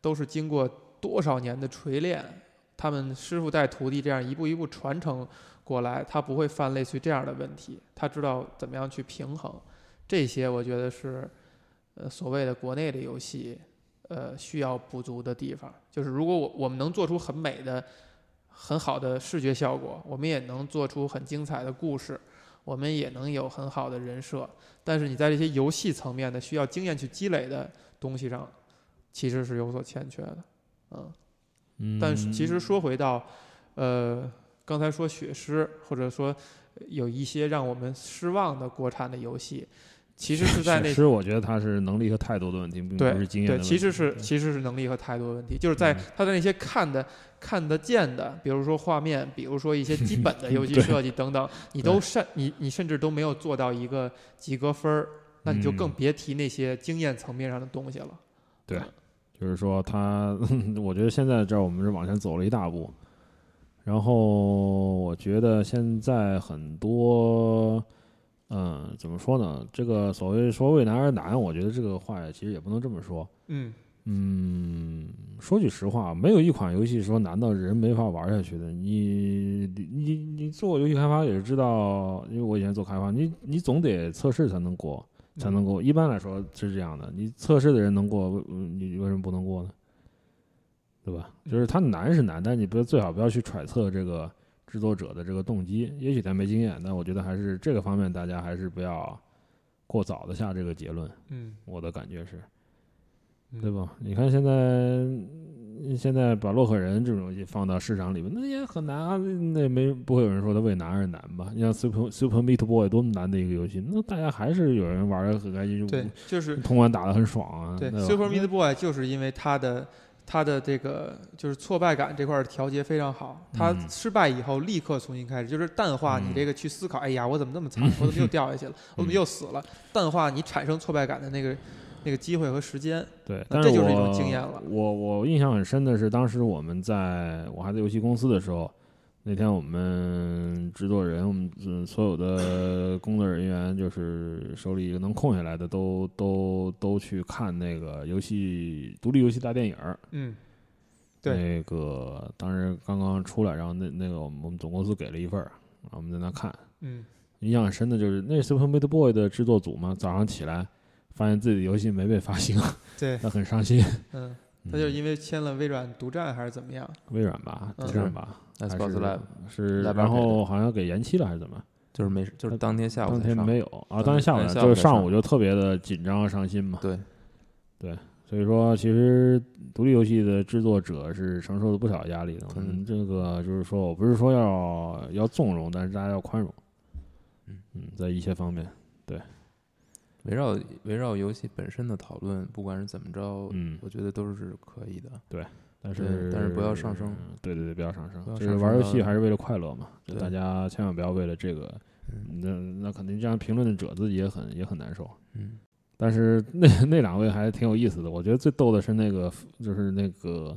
A: 都是经过多少年的锤炼，他们师傅带徒弟这样一步一步传承过来，他不会犯类似于这样的问题，他知道怎么样去平衡。这些我觉得是，呃，所谓的国内的游戏，呃，需要补足的地方。就是如果我我们能做出很美的、很好的视觉效果，我们也能做出很精彩的故事，我们也能有很好的人设，但是你在这些游戏层面的需要经验去积累的东西上，其实是有所欠缺的。嗯，
B: 嗯，
A: 但是其实说回到，呃，刚才说血诗，或者说呃有一些让我们失望的国产的游戏，其实 是在那
B: 其实我觉得它是能力和态度的问题，嗯并不
A: 对
B: 是经验的
A: 对，
B: 问题。
A: 其实是其实是能力和态度的问题，就是在
B: 嗯
A: 他在那些看的看得见的，比如说画面，比如说一些基本 的游戏设计等等，你都甚你你甚至都没有做到一个及格分儿，那你就更
B: 嗯
A: 别提那些经验层面上的东西了。
B: 就是说他， 我觉得现在这儿我们是往前走了一大步，然后我觉得现在很多嗯，怎么说呢？这个所谓说畏难而难，我觉得这个话其实也不能这么说。
A: 嗯
B: 嗯，说句实话，没有一款游戏说难到人没法玩下去的。你你你做游戏开发也是知道，因为我以前做开发，你你总得测试才能过，才能过。一般来说是这样的，你测试的人能过，为嗯你为什么不能过呢？对吧？就是它难是难，但你不要最好不要去揣测这个制作者的这个动机。也许他没经验，但我觉得还是这个方面大家还是不要过早的下这个结论。
A: 嗯，
B: 我的感觉是。
A: 嗯
B: 对？吧？你看现在，现在把洛克人这种东西放到市场里面，那也很难啊。那没不会有人说它为难而难吧？你像 Super Super Meat Boy 多么难的一个游戏，那大家还是有人玩的很开心，
A: 对，就是
B: 就通关打的很爽啊。
A: 对
B: 对吧
A: ，Super Meat Boy 就是因为他的他的这个就是挫败感这块儿调节非常好，他
B: 嗯
A: 失败以后立刻重新开始，就是淡化你
B: 嗯
A: 这个去思考，哎呀，我怎么那么惨，我怎么又掉下去了，我怎么又死了，淡化你产生挫败感的那个那个机会和时间。
B: 对，
A: 那
B: 但
A: 这
B: 我
A: 就是一种经验了
B: 我我印象很深的是，当时我们在我还在游戏公司的时候，那天我们制作人，我们嗯所有的工作人员，就是手里能空下来的都，都都去看那个游戏独立游戏大电影儿。
A: 嗯，对
B: 那个当时刚刚出来，然后那那个我们我们总公司给了一份儿，然后我们在那看。
A: 嗯，
B: 印象很深的就是那是 Super Meat Boy 的制作组嘛，早上起来发现自己的游戏没被发行，
A: 对，
B: 那很伤心。
A: 嗯，
B: 嗯
A: 他就是因为签了微软独占还是怎么样？
B: 微软吧，
A: 嗯
B: 微软吧，还是
C: Xbox Live
B: 是，
C: Live
B: 然
C: Arcade
B: 后好像给延期了还是怎么？
C: 就是没事，就是当天下午
B: 当
C: 才
B: 天
C: 上
B: 没有啊，当天
C: 天
B: 下午
C: 当天
B: 呢
C: 下
B: 就
C: 午
B: 是
C: 才
B: 上
C: 上
B: 午就特别的紧张和伤心嘛。
C: 对，
B: 所以说，其实独立游戏的制作者是承受了不少压力的。我们
C: 嗯
B: 这个就是说我不是说要要纵容，但是大家要宽容。
C: 嗯
B: 嗯，在一些方面，
C: 围绕围绕游戏本身的讨论，不管是怎么着，
B: 嗯
C: 我觉得都是可以的。
B: 但
C: 对
B: 是
C: 但是不要上升。
B: 对对对，不要上升
C: 不，要
B: 就是
C: 上升
B: 玩游
C: 到
B: 戏还是为了快乐嘛。就
C: 对
B: 大家千万不要为了这个，
C: 嗯
B: 那那肯定这样评论的者自己也很也很难受。
C: 嗯，
B: 但是那 那两位还挺有意思的，我觉得最逗的是那个就是那个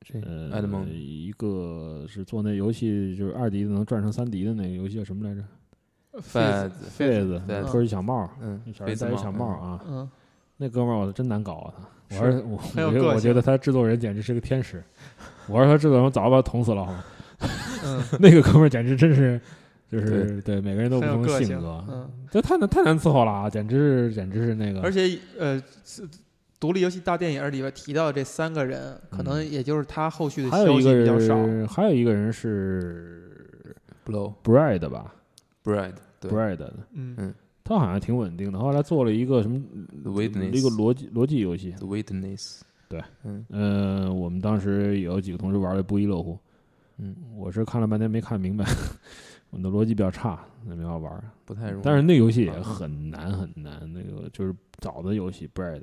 A: 哎
C: 这
B: 呃，
C: 嗯爱德蒙
B: 一个是做那游戏就是二 D 的能转成三 D 的那个游戏叫什么来着？
C: Fez
B: 痱子
C: 对
B: 托一小帽儿，
C: 嗯
B: 那，小
C: 贝
B: 人
C: 兹
B: 戴一
C: 帽
B: 小帽儿，啊，
A: 嗯，
B: 那哥们儿我真难搞啊他，我
A: 是
B: 是我
A: 很有
B: 我觉得
A: 个
B: 我
A: 性
B: 觉得他制作人简直是个天使，我要是他制作人我早就把他捅死了好吗？
A: 嗯，
B: 那个哥们儿简直真是。就是对每个人都有
A: 很有
B: 不同
A: 个
B: 的
A: 性
B: 性，格，
A: 嗯，
B: 这太难太难伺候了啊！简直是简直是那个，
A: 而且呃。是独立游戏大电影里边提到的这三个人，可能也就是他后续的
B: 嗯还有
A: 消
B: 一
A: 息
B: 个
A: 比较少。
B: 人，还有一个人是
C: Blow
B: Brad 吧
C: Bread，对
B: ，Brad，
A: 嗯
B: 他好像挺稳定的。后来做了一个什么
C: ，The
B: 一个
C: Witness，The
B: 逻辑逻辑游戏，
C: Witness，
B: 对，
C: 嗯
B: 呃，我们当时也有几个同事玩的不亦乐乎。
C: 嗯，
B: 我是看了半天没看明白， 我的逻辑比较差，那没法玩儿。
C: 不太容易。
B: 但是那游戏也
C: 嗯
B: 很难很难，那个就是早的游戏 Brad。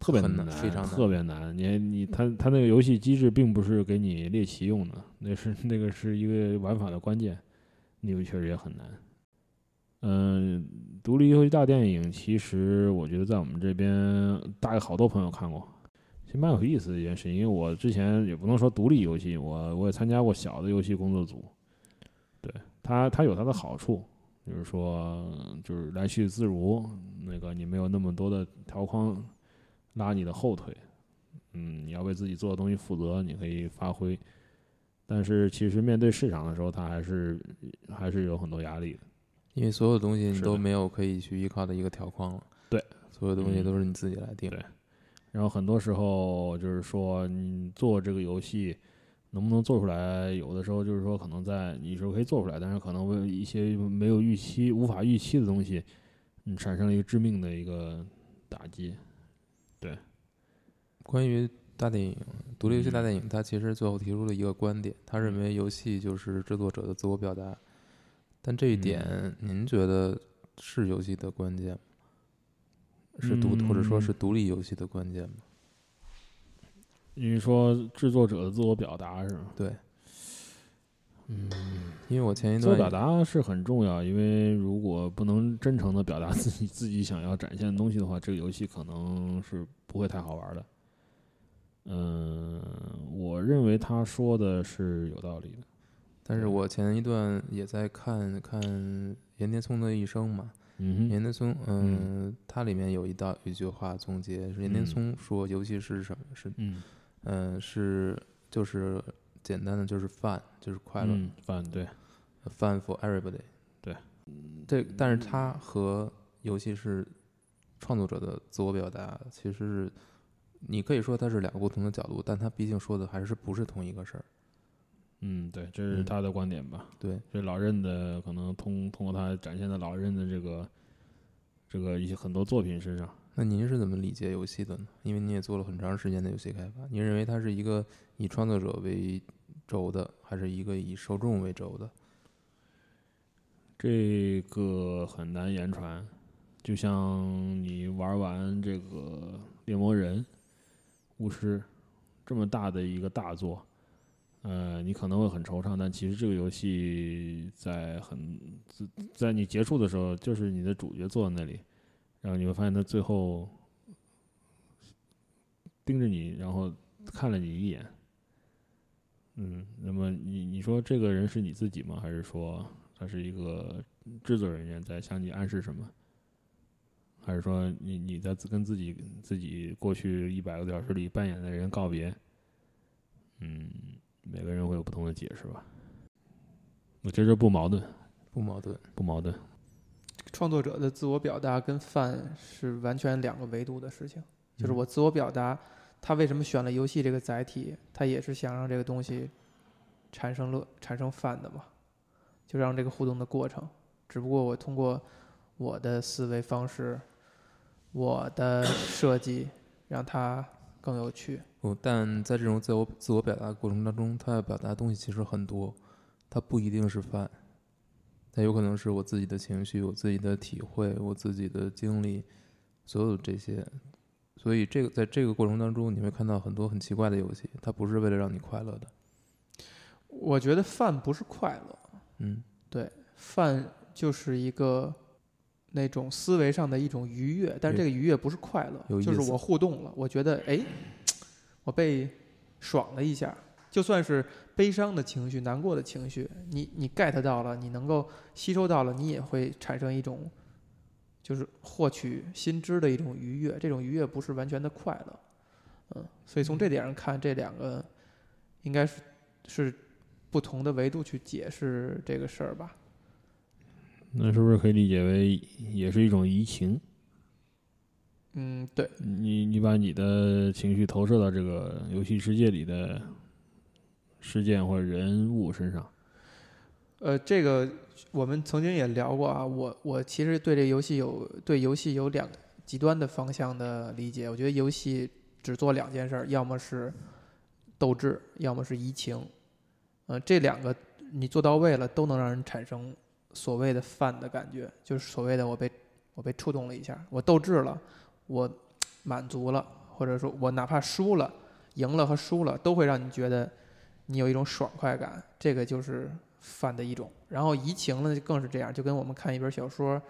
B: 特别
C: 很
B: 难
C: 难，非常难嗯
B: 特别难。你你他他那个游戏机制并不是给你猎奇用的，那是那个是一个玩法的关键，那个确实也很难。嗯、独立游戏大电影，其实我觉得在我们这边大概好多朋友看过，其实蛮有意思的一件事。因为我之前也不能说独立游戏，我我也参加过小的游戏工作组，对它它有它的好处，就是说就是来去自如，那个你没有那么多的条框拉你的后腿，嗯，你要为自己做的东西负责，你可以发挥。但是其实面对市场的时候，它还是还是有很多压力的。
C: 因为所有东西你
B: 是
C: 都
B: 的
C: 没有可以去依靠的一个条框了，
B: 对，
C: 所有东西
B: 嗯
C: 都是你自己来定
B: 对。然后很多时候就是说，你做这个游戏能不能做出来，有的时候就是说，可能在你是可以做出来，但是可能为一些没有预期、无法预期的东西，嗯，产生了一个致命的一个打击。
C: 关于大电影，独立游戏大
B: 嗯
C: 电影，他其实最后提出了一个观点，他认为游戏就是制作者的自我表达，但这一
B: 嗯
C: 点您觉得是游戏的关键吗？是独或者说
B: 嗯
C: 是独立游戏的关键吗？
B: 你说制作者的自我表达是吗？
C: 对，
B: 嗯，
C: 因为我前一
B: 自我表
C: 段
B: 达是很重要，因为如果不能真诚的表达自己自己想要展现的东西的话，这个游戏可能是不会太好玩的。嗯，我认为他说的是有道理的。
C: 但是我前一段也在看看岩田聪的一生嘛。
B: 嗯哼，
C: 岩田聪，嗯，它里面有一道一句话总结是岩田
B: 嗯
C: 聪说，尤其是什么是，
B: 嗯，
C: 嗯，是就是简单的就是饭，就是快乐，
B: 嗯，反对，
C: 饭 for everybody。
B: 对，
C: 这但是它和尤其是创作者的自我表达，其实是你可以说它是两个不同的角度，但它毕竟说的还是不是同一个事儿。
B: 嗯，对，这是
C: 嗯
B: 他的观点吧？
C: 对，
B: 这老任的可能通通过他展现的老任的这个这个一些很多作品身上，
C: 那您是怎么理解游戏的呢？因为你也做了很长时间的游戏开发，您认为它是一个以创作者为轴的，还是一个以受众为轴的？
B: 这个很难言传。就像你玩完这个猎魔人、巫师这么大的一个大作，呃，你可能会很惆怅，但其实这个游戏在很在你结束的时候，就是你的主角坐在那里，然后你会发现他最后盯着你，然后看了你一眼。嗯，那么你你说这个人是你自己吗？还是说他是一个制作人员在向你暗示什么？还是说你你在自跟自己自己过去一百个小时里扮演的人告别？嗯，每个人会有不同的解释吧。我觉得这不矛盾，
C: 不矛盾。
B: 不矛盾。
A: 创作者的自我表达跟饭是完全两个维度的事情。就是
B: 嗯
A: 我自我表达，他为什么选了游戏这个载体，他也是想让这个东西产生乐、产生饭的嘛，就让这个互动的过程。只不过我通过我的思维方式，我的设计，让它更有趣。
C: 不，但在这种自我自我表达的过程当中，他要表达的东西其实很多，它不一定是饭，它有可能是我自己的情绪、我自己的体会、我自己的经历，所有这些。所以这个在这个过程当中，你会看到很多很奇怪的游戏，它不是为了让你快乐的。
A: 我觉得饭不是快乐，
C: 嗯，
A: 饭就是一个那种思维上的一种愉悦，但是
C: 有
A: 这个愉悦不是快乐，
C: 有意
A: 就是
C: 思
A: 我互动了，我觉得哎，我被爽了一下。就算是悲伤的情绪、难过的情绪，你你 get 到了，你能够吸收到了，你也会产生一种就是获取新知的一种愉悦。这种愉悦不是完全的快乐，嗯，所以从这点上看，这两个应该是是不同的维度去解释这个事儿吧。
B: 嗯那是不是可以理解为也是一种移情？
A: 嗯，对。
B: 你你把你的情绪投射到这个游戏世界里的事件或者人物身上。
A: 呃，这个我们曾经也聊过啊。我我其实对这游戏有对游戏有两极端的方向的理解。我觉得游戏只做两件事儿，要么是斗志，要么是移情。呃，这两个你做到位了，都能让人产生所谓的饭的感觉，就是所谓的我被我被触动了一下，我斗志了，我满足了，或者说我哪怕输了、赢了和输了，都会让你觉得你有一种爽快感。这个就是饭的一种。然后移情呢，就更是这样，就跟我们看一本小说、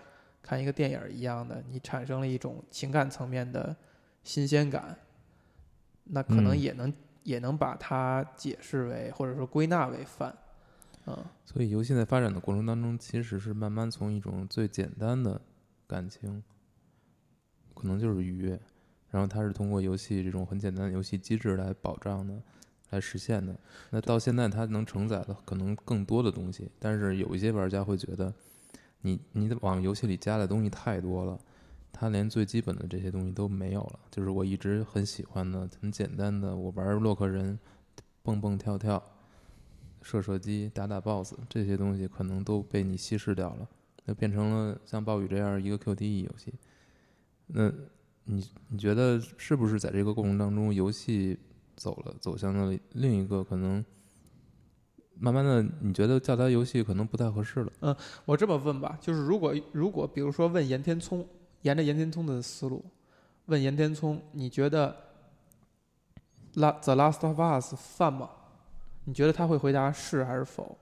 A: 看一个电影一样的，你产生了一种情感层面的新鲜感，那可能
B: 嗯
A: 也能、也能把它解释为或者说归纳为饭。嗯，
C: 所以游戏在发展的过程当中，其实是慢慢从一种最简单的感情，可能就是愉悦，然后它是通过游戏这种很简单的游戏机制来保障的，来实现的。那到现在，它能承载的可能更多的东西，但是有一些玩家会觉得你，你往游戏里加的东西太多了。他连最基本的这些东西都没有了，就是我一直很喜欢的、很简单的，我玩洛克人，蹦蹦跳跳，射射击、打打 BOSS 这些东西可能都被你稀释掉了，那变成了像暴雨这样一个 QTE 游戏。那你你觉得是不是在这个过程当中，游戏走了走向了另一个可能？慢慢的，你觉得叫它游戏可能不太合适了。
A: 我这么问吧，就是如果如果比如说问岩田聪，沿着岩田聪的思路，问岩田聪，你觉得《La The Last of Us》犯吗？你觉得他会回答是还是否？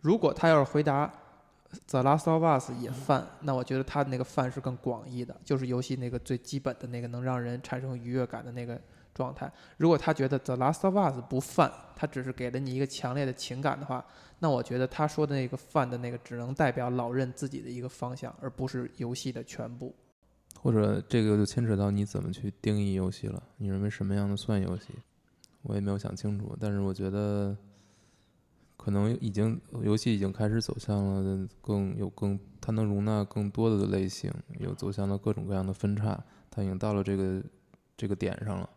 A: 如果他要是回答《The Last of Us》也犯，那我觉得他那个犯是更广义的，就是游戏那个最基本的那个能让人产生愉悦感的那个状态。如果他觉得《The Last of Us》不犯，他只是给了你一个强烈的情感的话，那我觉得他说的那个犯的那个只能代表老任自己的一个方向，而不是游戏的全部。
C: 或者这个就牵扯到你怎么去定义游戏了。你认为什么样的算游戏？我也没有想清楚，但是我觉得可能已经游戏已经开始走向了更有更它能容纳更多的类型，有走向了各种各样的分叉，它已经到了这个这个点上了。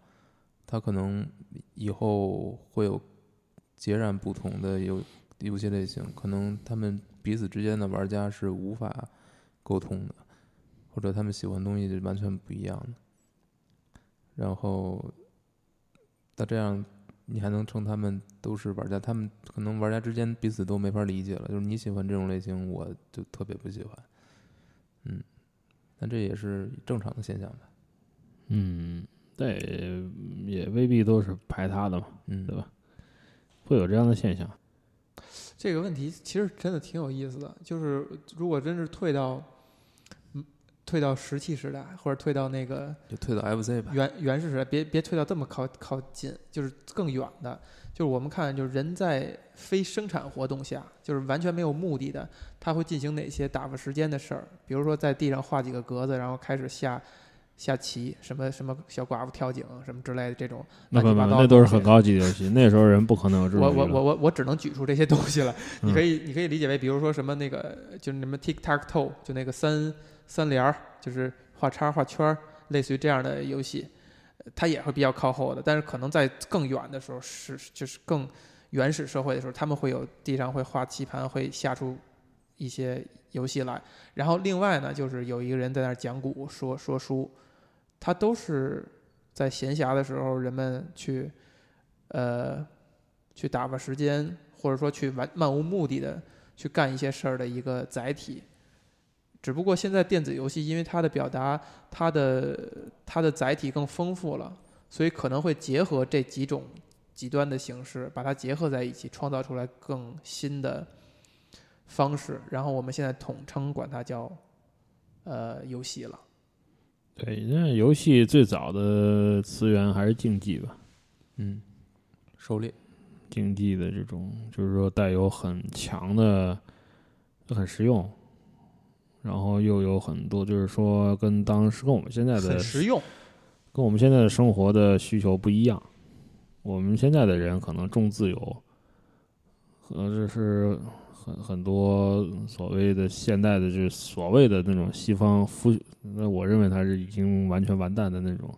C: 它可能以后会有截然不同的游游戏类型，可能他们彼此之间的玩家是无法沟通的。或者他们喜欢的东西是完全不一样的。然后，那这样你还能称他们都是玩家？他们可能玩家之间彼此都没法理解了，就是你喜欢这种类型，我就特别不喜欢。嗯，但这也是正常的现象吧？
B: 嗯，但也也未必都是排他的嘛，
C: 嗯，
B: 对吧？会有这样的现象。
A: 这个问题其实真的挺有意思的，就是如果真是退到，嗯，退到石器时代，或者退到那个
C: 就退到 FC 吧。
A: 原原始时代，别别退到这么靠靠近，就是更远的，就是我们看，就是人在非生产活动下，就是完全没有目的的，他会进行哪些打发时间的事儿？比如说在地上画几个格子，然后开始下下棋，什么什么小寡妇跳井什么之类的这种。
B: 那不
A: 乱七
B: 不，
A: 八糟
B: 那
A: 的
B: 都是
A: 东
B: 很
A: 西
B: 高级的游戏，那时候人不可能有这种
A: 我
B: 娱
A: 我
B: 乐。
A: 我我我只能举出这些东西 了。
B: 嗯
A: 你可以你可以理解为，比如说什么那个就是什么 tic tac toe，就那个三三联儿，就是画叉画圈儿，类似于这样的游戏，呃它也会比较靠后的。但是可能在更远的时候，是就是更原始社会的时候，他们会有地上会画棋盘，会下出一些游戏来。然后另外呢，就是有一个人在那儿讲古说说书，他都是在闲暇的时候，人们去呃去打发时间，或者说去完漫无目的的去干一些事儿的一个载体。只不过现在电子游戏因为它的表达、它的它的载体更丰富了，所以可能会结合这几种极端的形式，把它结合在一起，创造出来更新的方式。然后我们现在统称管它叫呃游戏了。
B: 对，那游戏最早的词源还是竞技吧，
C: 嗯，狩猎。
B: 竞技的这种，就是说带有很强的、很实用，然后又有很多，就是说跟当时跟我们现在的
A: 很实用，
B: 跟我们现在的生活的需求不一样。我们现在的人可能重自由，和就是很很多所谓的现代的，就是所谓的那种西方腐，那我认为它是已经完全完蛋的那种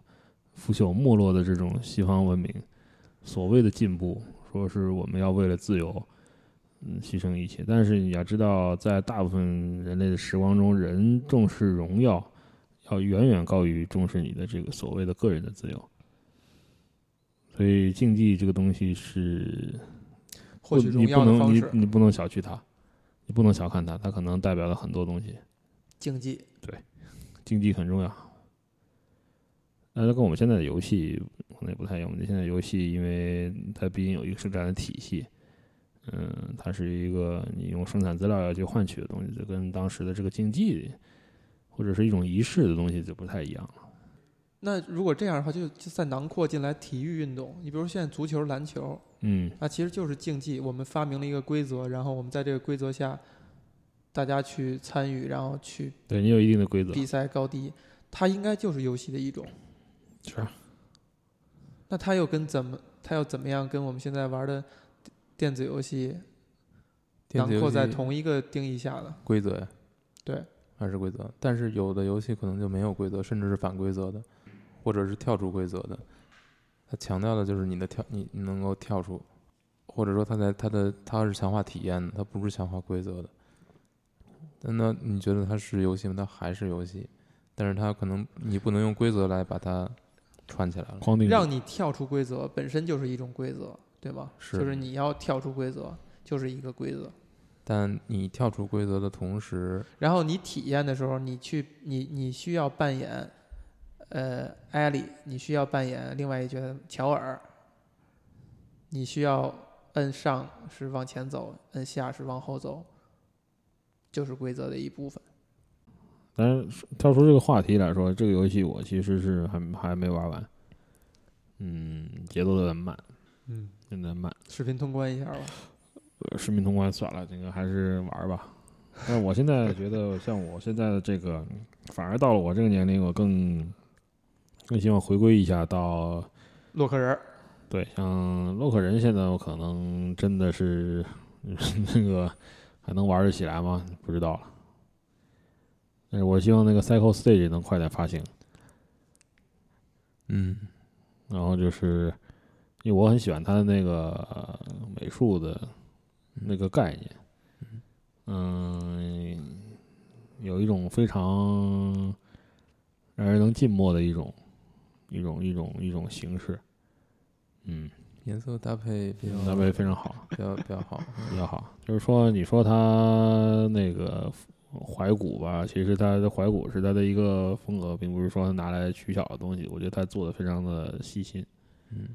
B: 腐朽没落的这种西方文明。所谓的进步，说是我们要为了自由，嗯，牺牲一切。但是你要知道，在大部分人类的时光中，人重视荣耀，要远远高于重视你的这个所谓的个人的自由。所以竞技这个东西是
A: 获取
B: 不
A: 荣耀的方
B: 你
A: 式
B: 不能，你你不能小觑它，你不能小看它，它可能代表了很多东西。
A: 竞技。
B: 竞技很重要。那它跟我们现在的游戏可能也不太一样。我们现在游戏，因为它毕竟有一个生产的体系，嗯，它是一个你用生产资料要去换取的东西，就跟当时的这个竞技或者是一种仪式的东西就不太一样了。
A: 那如果这样的话，就就再囊括进来体育运动。你比如现在足球、篮球，
B: 嗯，
A: 那其实就是竞技。我们发明了一个规则，然后我们在这个规则下，大家去参与，然后去
B: 对你有一定的规
C: 啊
B: 则，
A: 比赛高低。它应该就是游戏的一种。
B: 是啊
A: 那它又跟怎么，它又怎么样跟我们现在玩的电子游戏
C: 电
A: 囊
C: 子游
A: 括在
C: 戏
A: 同一个定义下呢？
C: 规则呀，
A: 对，
C: 还是规则。但是有的游戏可能就没有规则，甚至是反规则的，或者是跳出规则的。它强调的就是你的跳，你你能够跳出，或者说它在它的它是强化体验的，它不是强化规则的。但那你觉得它是游戏吗？它还是游戏，但是它可能你不能用规则来把它串起来了。
B: 框定
A: 让你跳出规则本身就是一种规则，对吗？
C: 是
A: 就是你要跳出规则，就是一个规则。
C: 但你跳出规则的同时，
A: 然后你体验的时候，你去你你需要扮演，呃，艾莉，你需要扮演另外一角色乔尔，你需要摁上是往前走，摁下是往后走，就是规则的一部分。
B: 但是跳出这个话题来说，这个游戏我其实是还还没玩完。嗯，节奏有点慢，
A: 嗯，
B: 有点慢。
A: 视频通关一下吧。
B: 呃视频通关算了，这个还是玩儿吧。但我现在觉得，像我现在的这个，反而到了我这个年龄，我更更希望回归一下到
A: 洛克人儿，
B: 对，像洛克人现在我可能真的是 那个还能玩得起来吗？不知道了。但是我希望那个 Cycle Stage 能快点发行，
C: 嗯
B: 然后就是因为我很喜欢他的那个呃美术的那个概念，
C: 嗯
B: 嗯，有一种非常让人能静默的一种一种一种一种形式，嗯，
C: 颜色搭配比较
B: 那位非常好。
C: 比较比较好，
B: 比较好。就是说，你说他那个怀古吧，其实他的怀古是他的一个风格，并不是说拿来取巧的东西。我觉得他做的非常的细心。
C: 嗯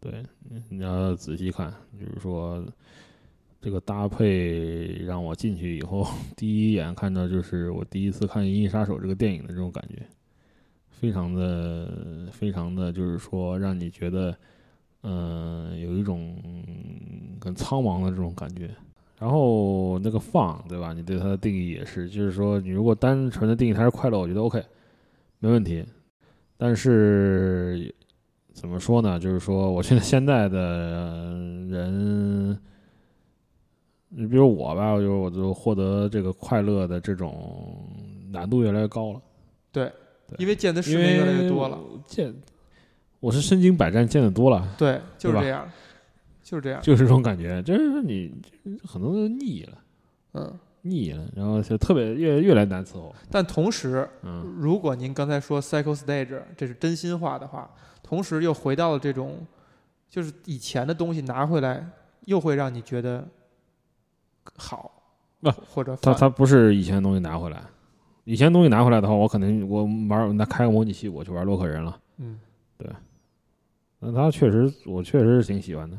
B: 对，你你要仔细看，就是说这个搭配让我进去以后，第一眼看到就是我第一次看《银翼杀手》这个电影的这种感觉，非常的非常的就是说让你觉得，嗯、有一种很苍茫的这种感觉。然后那个放，对吧？你对它的定义也是，就是说你如果单纯的定义它是快乐，我觉得 OK，没问题。但是怎么说呢？就是说，我觉得现在的呃人，你比如我吧，我就我就获得这个快乐的这种难度越来越高了，
A: 因为见的世
B: 因
A: 面
B: 为
A: 越来越多了。
B: 见，我是身经百战，见得多了，
A: 对，就是
B: 吧
A: 这样，就是这样。
B: 就是这种感觉，就是说你就是很多都腻了，
A: 嗯，
B: 腻了，然后就特别越越来越难伺候，
A: 但同时，
B: 嗯
A: 如果您刚才说 Cycle Stage 这是真心话的话，同时又回到了这种，就是以前的东西拿回来，又会让你觉得好，
B: 不
A: 或者
B: 啊他
A: 烦
B: 他不是以前的东西拿回来，以前的东西拿回来的话，我可能我玩那开个模拟器，我去玩洛克人了。
A: 嗯，
B: 那他确实，我确实是挺喜欢的。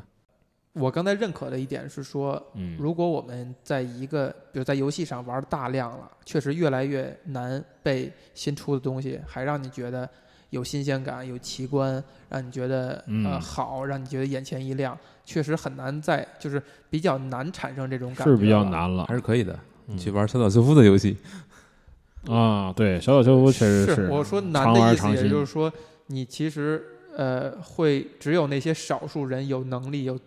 A: 我刚才认可的一点是说，
B: 嗯，
A: 如果我们在一个，比如在游戏上玩大量了，确实越来越难被新出的东西，还让你觉得有新鲜感、有奇观，让你觉得呃
B: 嗯
A: 好，让你觉得眼前一亮，确实很难在，就是比较难产生这种感觉，
B: 是比较。难了
C: 还是可以的。你去
B: 啊嗯
C: 玩小岛秀夫的游戏，
B: 啊。对，小岛秀夫确实
A: 是我说难
B: 常
A: 的
B: 玩
A: 意思，
B: 常
A: 也
B: 新
A: 就是说，你其实呃会只有那些少数人有能力有。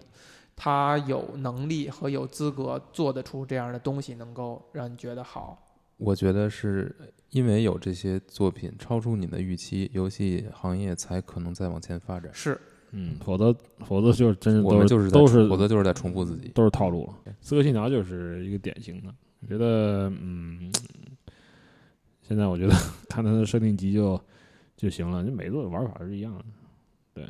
A: 他有能力和有资格做得出这样的东西，能够让你觉得好。
C: 我觉得是因为有这些作品超出你的预期，游戏行业才可能再往前发展。
A: 是，
B: 嗯，否则否则就是真是
C: 我
B: 嗯都
C: 们
B: 是
C: 就是在
B: 都
C: 重否则就是在重复自己。
B: 都是套路了。刺客信条就是一个典型的，我觉得嗯，现在我觉得 看它的设定集就就行了，就每座的玩法是一样的。对，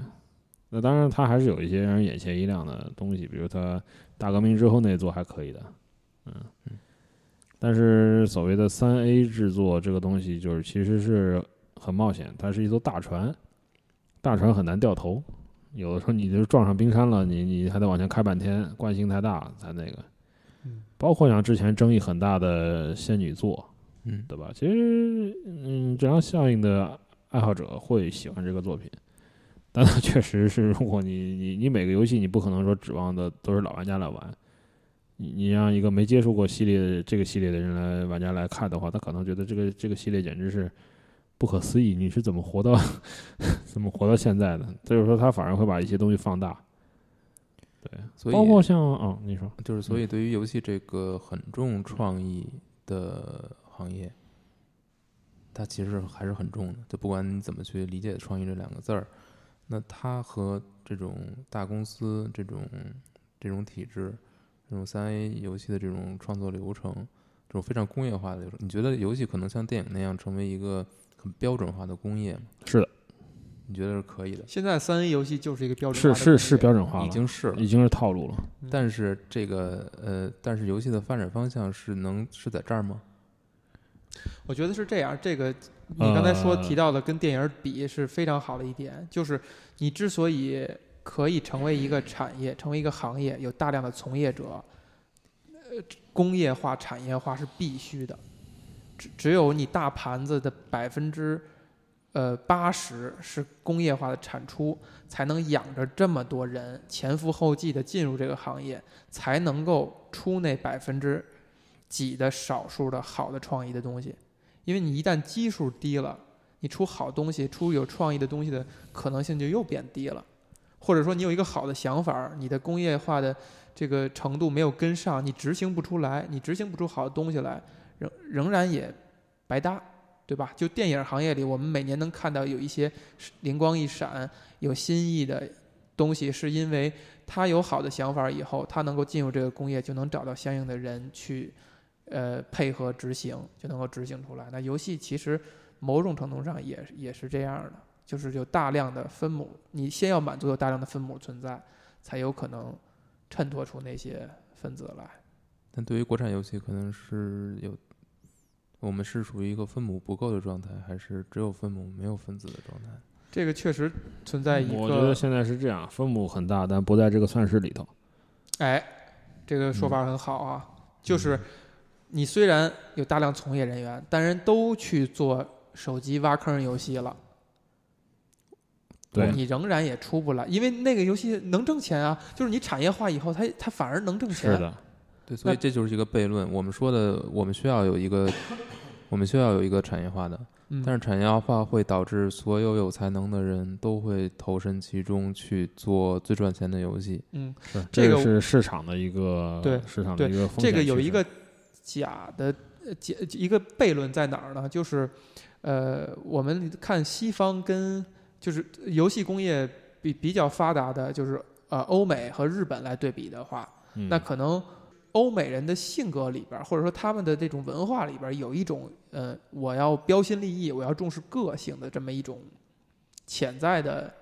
B: 那当然它还是有一些让人眼前一亮的东西，比如它大革命之后那座还可以的，嗯。但是所谓的三 A 制作这个东西，就是其实是很冒险，它是一艘大船，大船很难掉头。有的时候你就是撞上冰山了，你你还得往前开半天，惯性太大才那个。
A: 嗯，
B: 包括像之前争议很大的仙女座，
C: 嗯，
B: 对吧？其实，嗯，质量效应的爱好者会喜欢这个作品，但它确实是，如果你你你每个游戏你不可能说指望的都是老玩家来玩，你你让一个没接触过系列的这个系列的人来玩家来看的话，他可能觉得这个这个系列简直是不可思议，你是怎么活到 怎么活到现在的？所以说，他反而会把一些东西放大，对，
C: 所以
B: 包括像嗯，你说，
C: 就是，所以对于游戏这个很重创意的行业，它其实还是很重的。就不管你怎么去理解“创意”这两个字儿，那它和这种大公司这种这种体制、这种三 A 游戏的这种创作流程，这种非常工业化的流程，你觉得游戏可能像电影那样成为一个很标准化的工业吗？
B: 是的，
C: 你觉得是可以的，
A: 现在三 A 游戏就是一个标准化
B: 是
A: 的东
B: 是
A: 西
B: 是标准化
C: 已
B: 了，
C: 经是了。
B: 已经是套路了。
C: 但是这个呃，但是游戏的发展方向是能是在这儿吗？
A: 我觉得是这样，这个你刚才说提到的跟电影比是非常好的一点，就是你之所以可以成为一个产业，成为一个行业，有大量的从业者，呃，工业化、产业化是必须的。只只有你大盘子的百分之呃，八十是工业化的产出，才能养着这么多人前赴后继的进入这个行业，才能够出那百分之几的少数的好的创意的东西。因为你一旦基数低了，你出好东西、出有创意的东西的可能性就又变低了。或者说，你有一个好的想法儿，你的工业化的这个程度没有跟上，你执行不出来，你执行不出好的东西来，仍仍然也白搭。对吧？就电影行业里，我们每年能看到有一些是灵光一闪、有新意的东西，是因为他有好的想法以后，他能够进入这个工业，就能找到相应的人去呃配合执行，就能够执行出来。那游戏其实某种程度上也也是这样的，就是有大量的分母，你先要满足有大量的分母存在，才有可能衬托出那些分子来。
C: 但对于国产游戏，可能是有，我们是属于一个分母不够的状态，还是只有分母没有分子的状态？
A: 这个确实存在一个，
B: 嗯我觉得现在是这样，分母很大，但不在这个算式里头。
A: 哎，这个说法很好啊，就是
B: 嗯
A: 你虽然有大量从业人员，但人都去做手机挖坑游戏了，
B: 对，
A: 你仍然也出不来，因为那个游戏能挣钱啊，就是你产业化以后，它它反而能挣钱。
B: 是的，
C: 对，所以
A: 那
C: 这就是一个悖论。我们说的，我们需要有一个，我们需要有一个产业化的，
A: 嗯，
C: 但是产业化会导致所有有才能的人都会投身其中去做最赚钱的游戏。
A: 嗯，
B: 是
A: 这个
B: 个是市场的一个
A: 对
B: 市场的一个风险
A: 这个有
B: 趋
A: 一
B: 势
A: 个假的呃假一个悖论在哪儿呢？就是呃，我们看西方跟就是游戏工业比比较发达的，就是呃欧美和日本来对比的话，
B: 嗯
A: 那可能欧美人的性格里边儿，或者说他们的这种文化里边儿，有一种呃，我要标新立异，我要重视个性的这么一种潜在的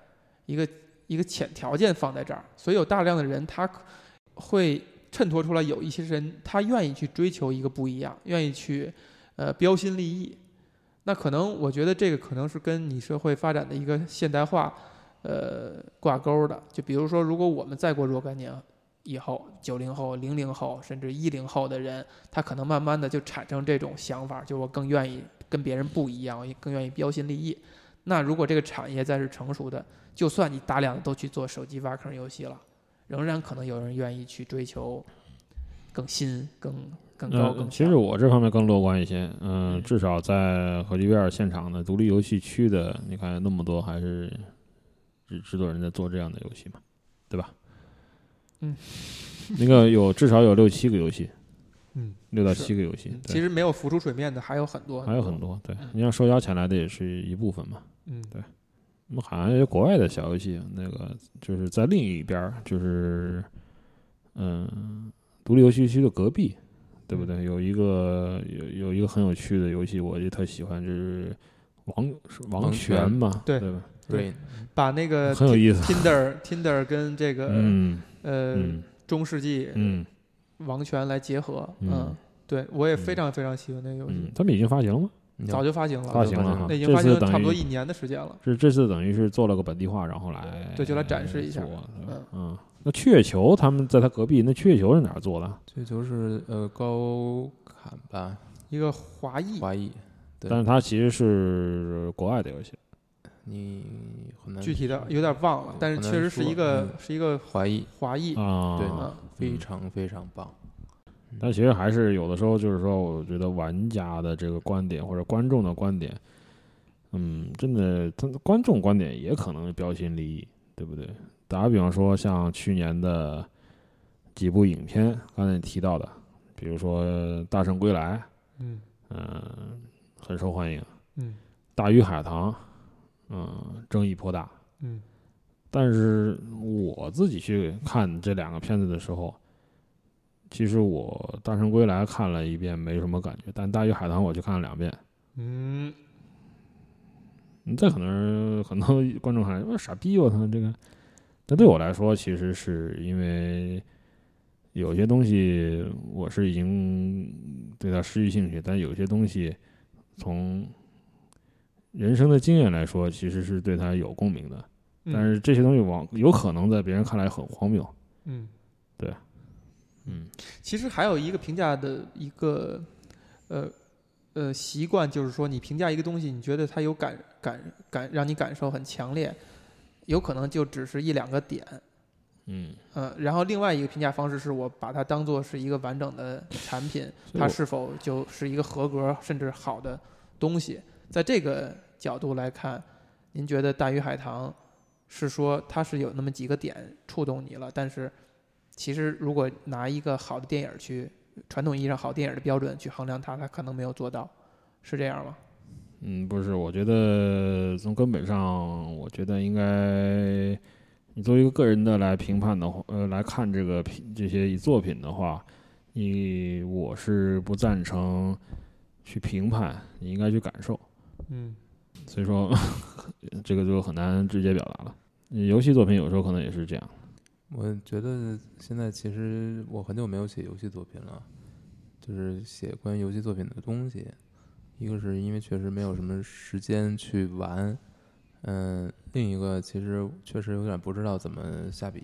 A: 一个一个潜条件放在这儿，所以有大量的人他可会衬托出来，有一些人他愿意去追求一个不一样，愿意去呃标新立异。那可能我觉得这个可能是跟你社会发展的一个现代化，呃挂钩的。就比如说，如果我们再过若干年以后，九零后、零零后，甚至一零后的人，他可能慢慢的就产生这种想法，就我更愿意跟别人不一样，我也更愿意标新立异。那如果这个产业再是成熟的，就算你大量的都去做手机挖坑游戏了，仍然可能有人愿意去追求更新、更更高、
B: 呃
A: 更，
B: 其
A: 强
B: 实我这方面更乐观一些。嗯、至少在核聚变现场的独立游戏区的，你看那么多还是制制作人在做这样的游戏嘛，对吧？
A: 嗯，
B: 那个有至少有六七个游戏，
A: 嗯，
B: 六到
A: 是
B: 七个游戏，
A: 嗯
B: 对
A: 其实没有浮出水面的还有很多，
B: 还有很多。对，你像受邀请来的也是一部分嘛。
A: 嗯，
B: 我们好像有国外的小游戏，那个就是在另一边儿，就是嗯，独立游戏区的隔壁，对不
A: 嗯
B: 对？有一个有有一个很有趣的游戏，我就特喜欢，就是王是王
C: 王
B: 权
C: 权
B: 嘛，
A: 对
B: 对吧？
A: 对
C: Rain
A: 把那个
B: 很有意思
A: Tinder Tinder 跟这个、
B: 嗯
A: 呃、
B: 嗯
A: 中世纪
B: 嗯
A: 王权来结合，
B: 嗯
A: 对我也非
B: 嗯
A: 常非常喜欢那个游戏，
B: 嗯，他们已经发行了吗？
A: 早就发行了，
B: 发
C: 就
B: 行
C: 发
B: 了
C: 行
B: 哈，
A: 呃那已经
B: 这
A: 发行
B: 次
A: 了差
B: 等
A: 不多
B: 于
A: 一年的时间了。
B: 是这次等于是做了个本地化，然后来
A: 对就来展示一下
B: 做
A: 嗯
B: 嗯，那雀球他们在他隔壁，那雀球是哪儿做的？
C: 这就是呃高坎吧，
A: 一个华裔，
C: 华裔，对
B: 但是它其实是国外的游戏。
C: 你很难
A: 具体的有点忘了，但是确实是一个
C: 很难
A: 是一个
C: 华裔，
A: 华裔，
B: 嗯啊，
C: 对
A: 嗯，
C: 非常非常棒。
B: 但其实还是有的时候，就是说，我觉得玩家的这个观点或者观众的观点，嗯，真的，他观众观点也可能标新立异，对不对？打个比方说，像去年的几部影片，刚才你提到的，比如说《大圣归来》，
A: 嗯
B: 嗯、很受欢迎，《
A: 嗯
B: 大鱼海棠》，嗯，争议颇大，
A: 嗯
B: 但是我自己去看这两个片子的时候，其实我《大圣归来》看了一遍没什么感觉，但《大鱼海棠》我去看了两遍。
A: 嗯，
B: 嗯这可能很多观众看，我傻逼，我操这个。但对我来说，其实是因为有些东西我是已经对它失去兴趣，但有些东西从人生的经验来说，其实是对它有共鸣的。
A: 嗯
B: 但是这些东西往有可能在别人看来很荒谬。
A: 嗯，
B: 嗯，
A: 其实还有一个评价的一个呃呃习惯，就是说你评价一个东西，你觉得它有感感感让你感受很强烈，有可能就只是一两个点，
B: 嗯，
A: 嗯，然后另外一个评价方式是我把它当做是一个完整的产品，
B: 所以
A: 它
B: 我
A: 是否就是一个合格甚至好的东西。在这个角度来看，您觉得《大鱼海棠》是说它是有那么几个点触动你了，但是其实如果拿一个好的电影去传统意义上好电影的标准去衡量它，它可能没有做到，是这样吗？
B: 嗯，不是，我觉得从根本上，我觉得应该，你作为一个个人的来评判的话，呃，来看这个品这些作品的话，你我是不赞成去评判，你应该去感受。
A: 嗯
B: 所以说， 这个就很难直接表达了。游戏作品有时候可能也是这样。
C: 我觉得现在其实我很久没有写游戏作品了，就是写关于游戏作品的东西。一个是因为确实没有什么时间去玩，嗯，另一个其实确实有点不知道怎么下笔，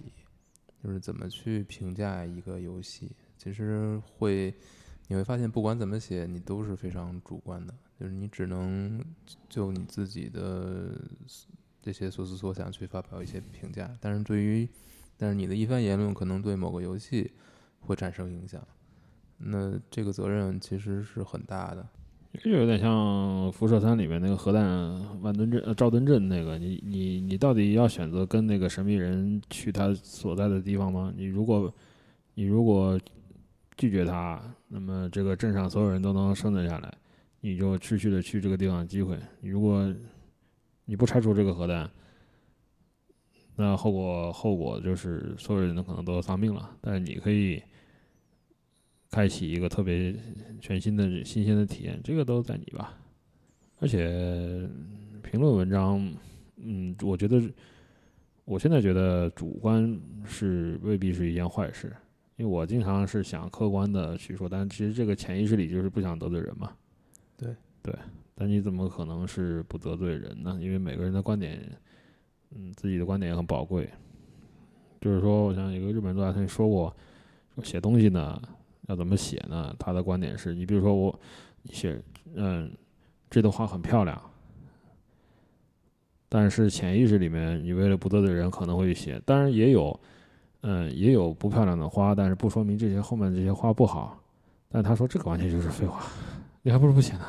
C: 就是怎么去评价一个游戏。其实会你会发现，不管怎么写，你都是非常主观的，就是你只能就你自己的这些所思所想去发表一些评价。但是对于但是你的一番言论可能对某个游戏会产生影响，那这个责任其实是很大的。
B: 这有点像《辐射三》里面那个核弹万吨阵、呃赵吨阵那个，你你你到底要选择跟那个神秘人去他所在的地方吗？你如果你如果拒绝他，那么这个镇上所有人都能生存下来，你就失去了去这个地方的机会。你如果你不拆除这个核弹，那后果后果就是所有人都可能都丧命了。但是你可以开启一个特别全新的、新鲜的体验，这个都在你吧。而且评论文章，嗯，我觉得，我现在觉得主观是未必是一件坏事，因为我经常是想客观的去说，但其实这个潜意识里就是不想得罪人嘛。
C: 对
B: 对，但你怎么可能是不得罪人呢？因为每个人的观点，嗯，自己的观点也很宝贵。就是说，我像一个日本作家曾经说过，说写东西呢，要怎么写呢？他的观点是你比如说我你写，嗯，这朵花很漂亮，但是潜意识里面你为了不得罪人可能会写，当然也有，嗯，也有不漂亮的花，但是不说明这些后面这些花不好。但他说这个完全就是废话，你还不如不写呢。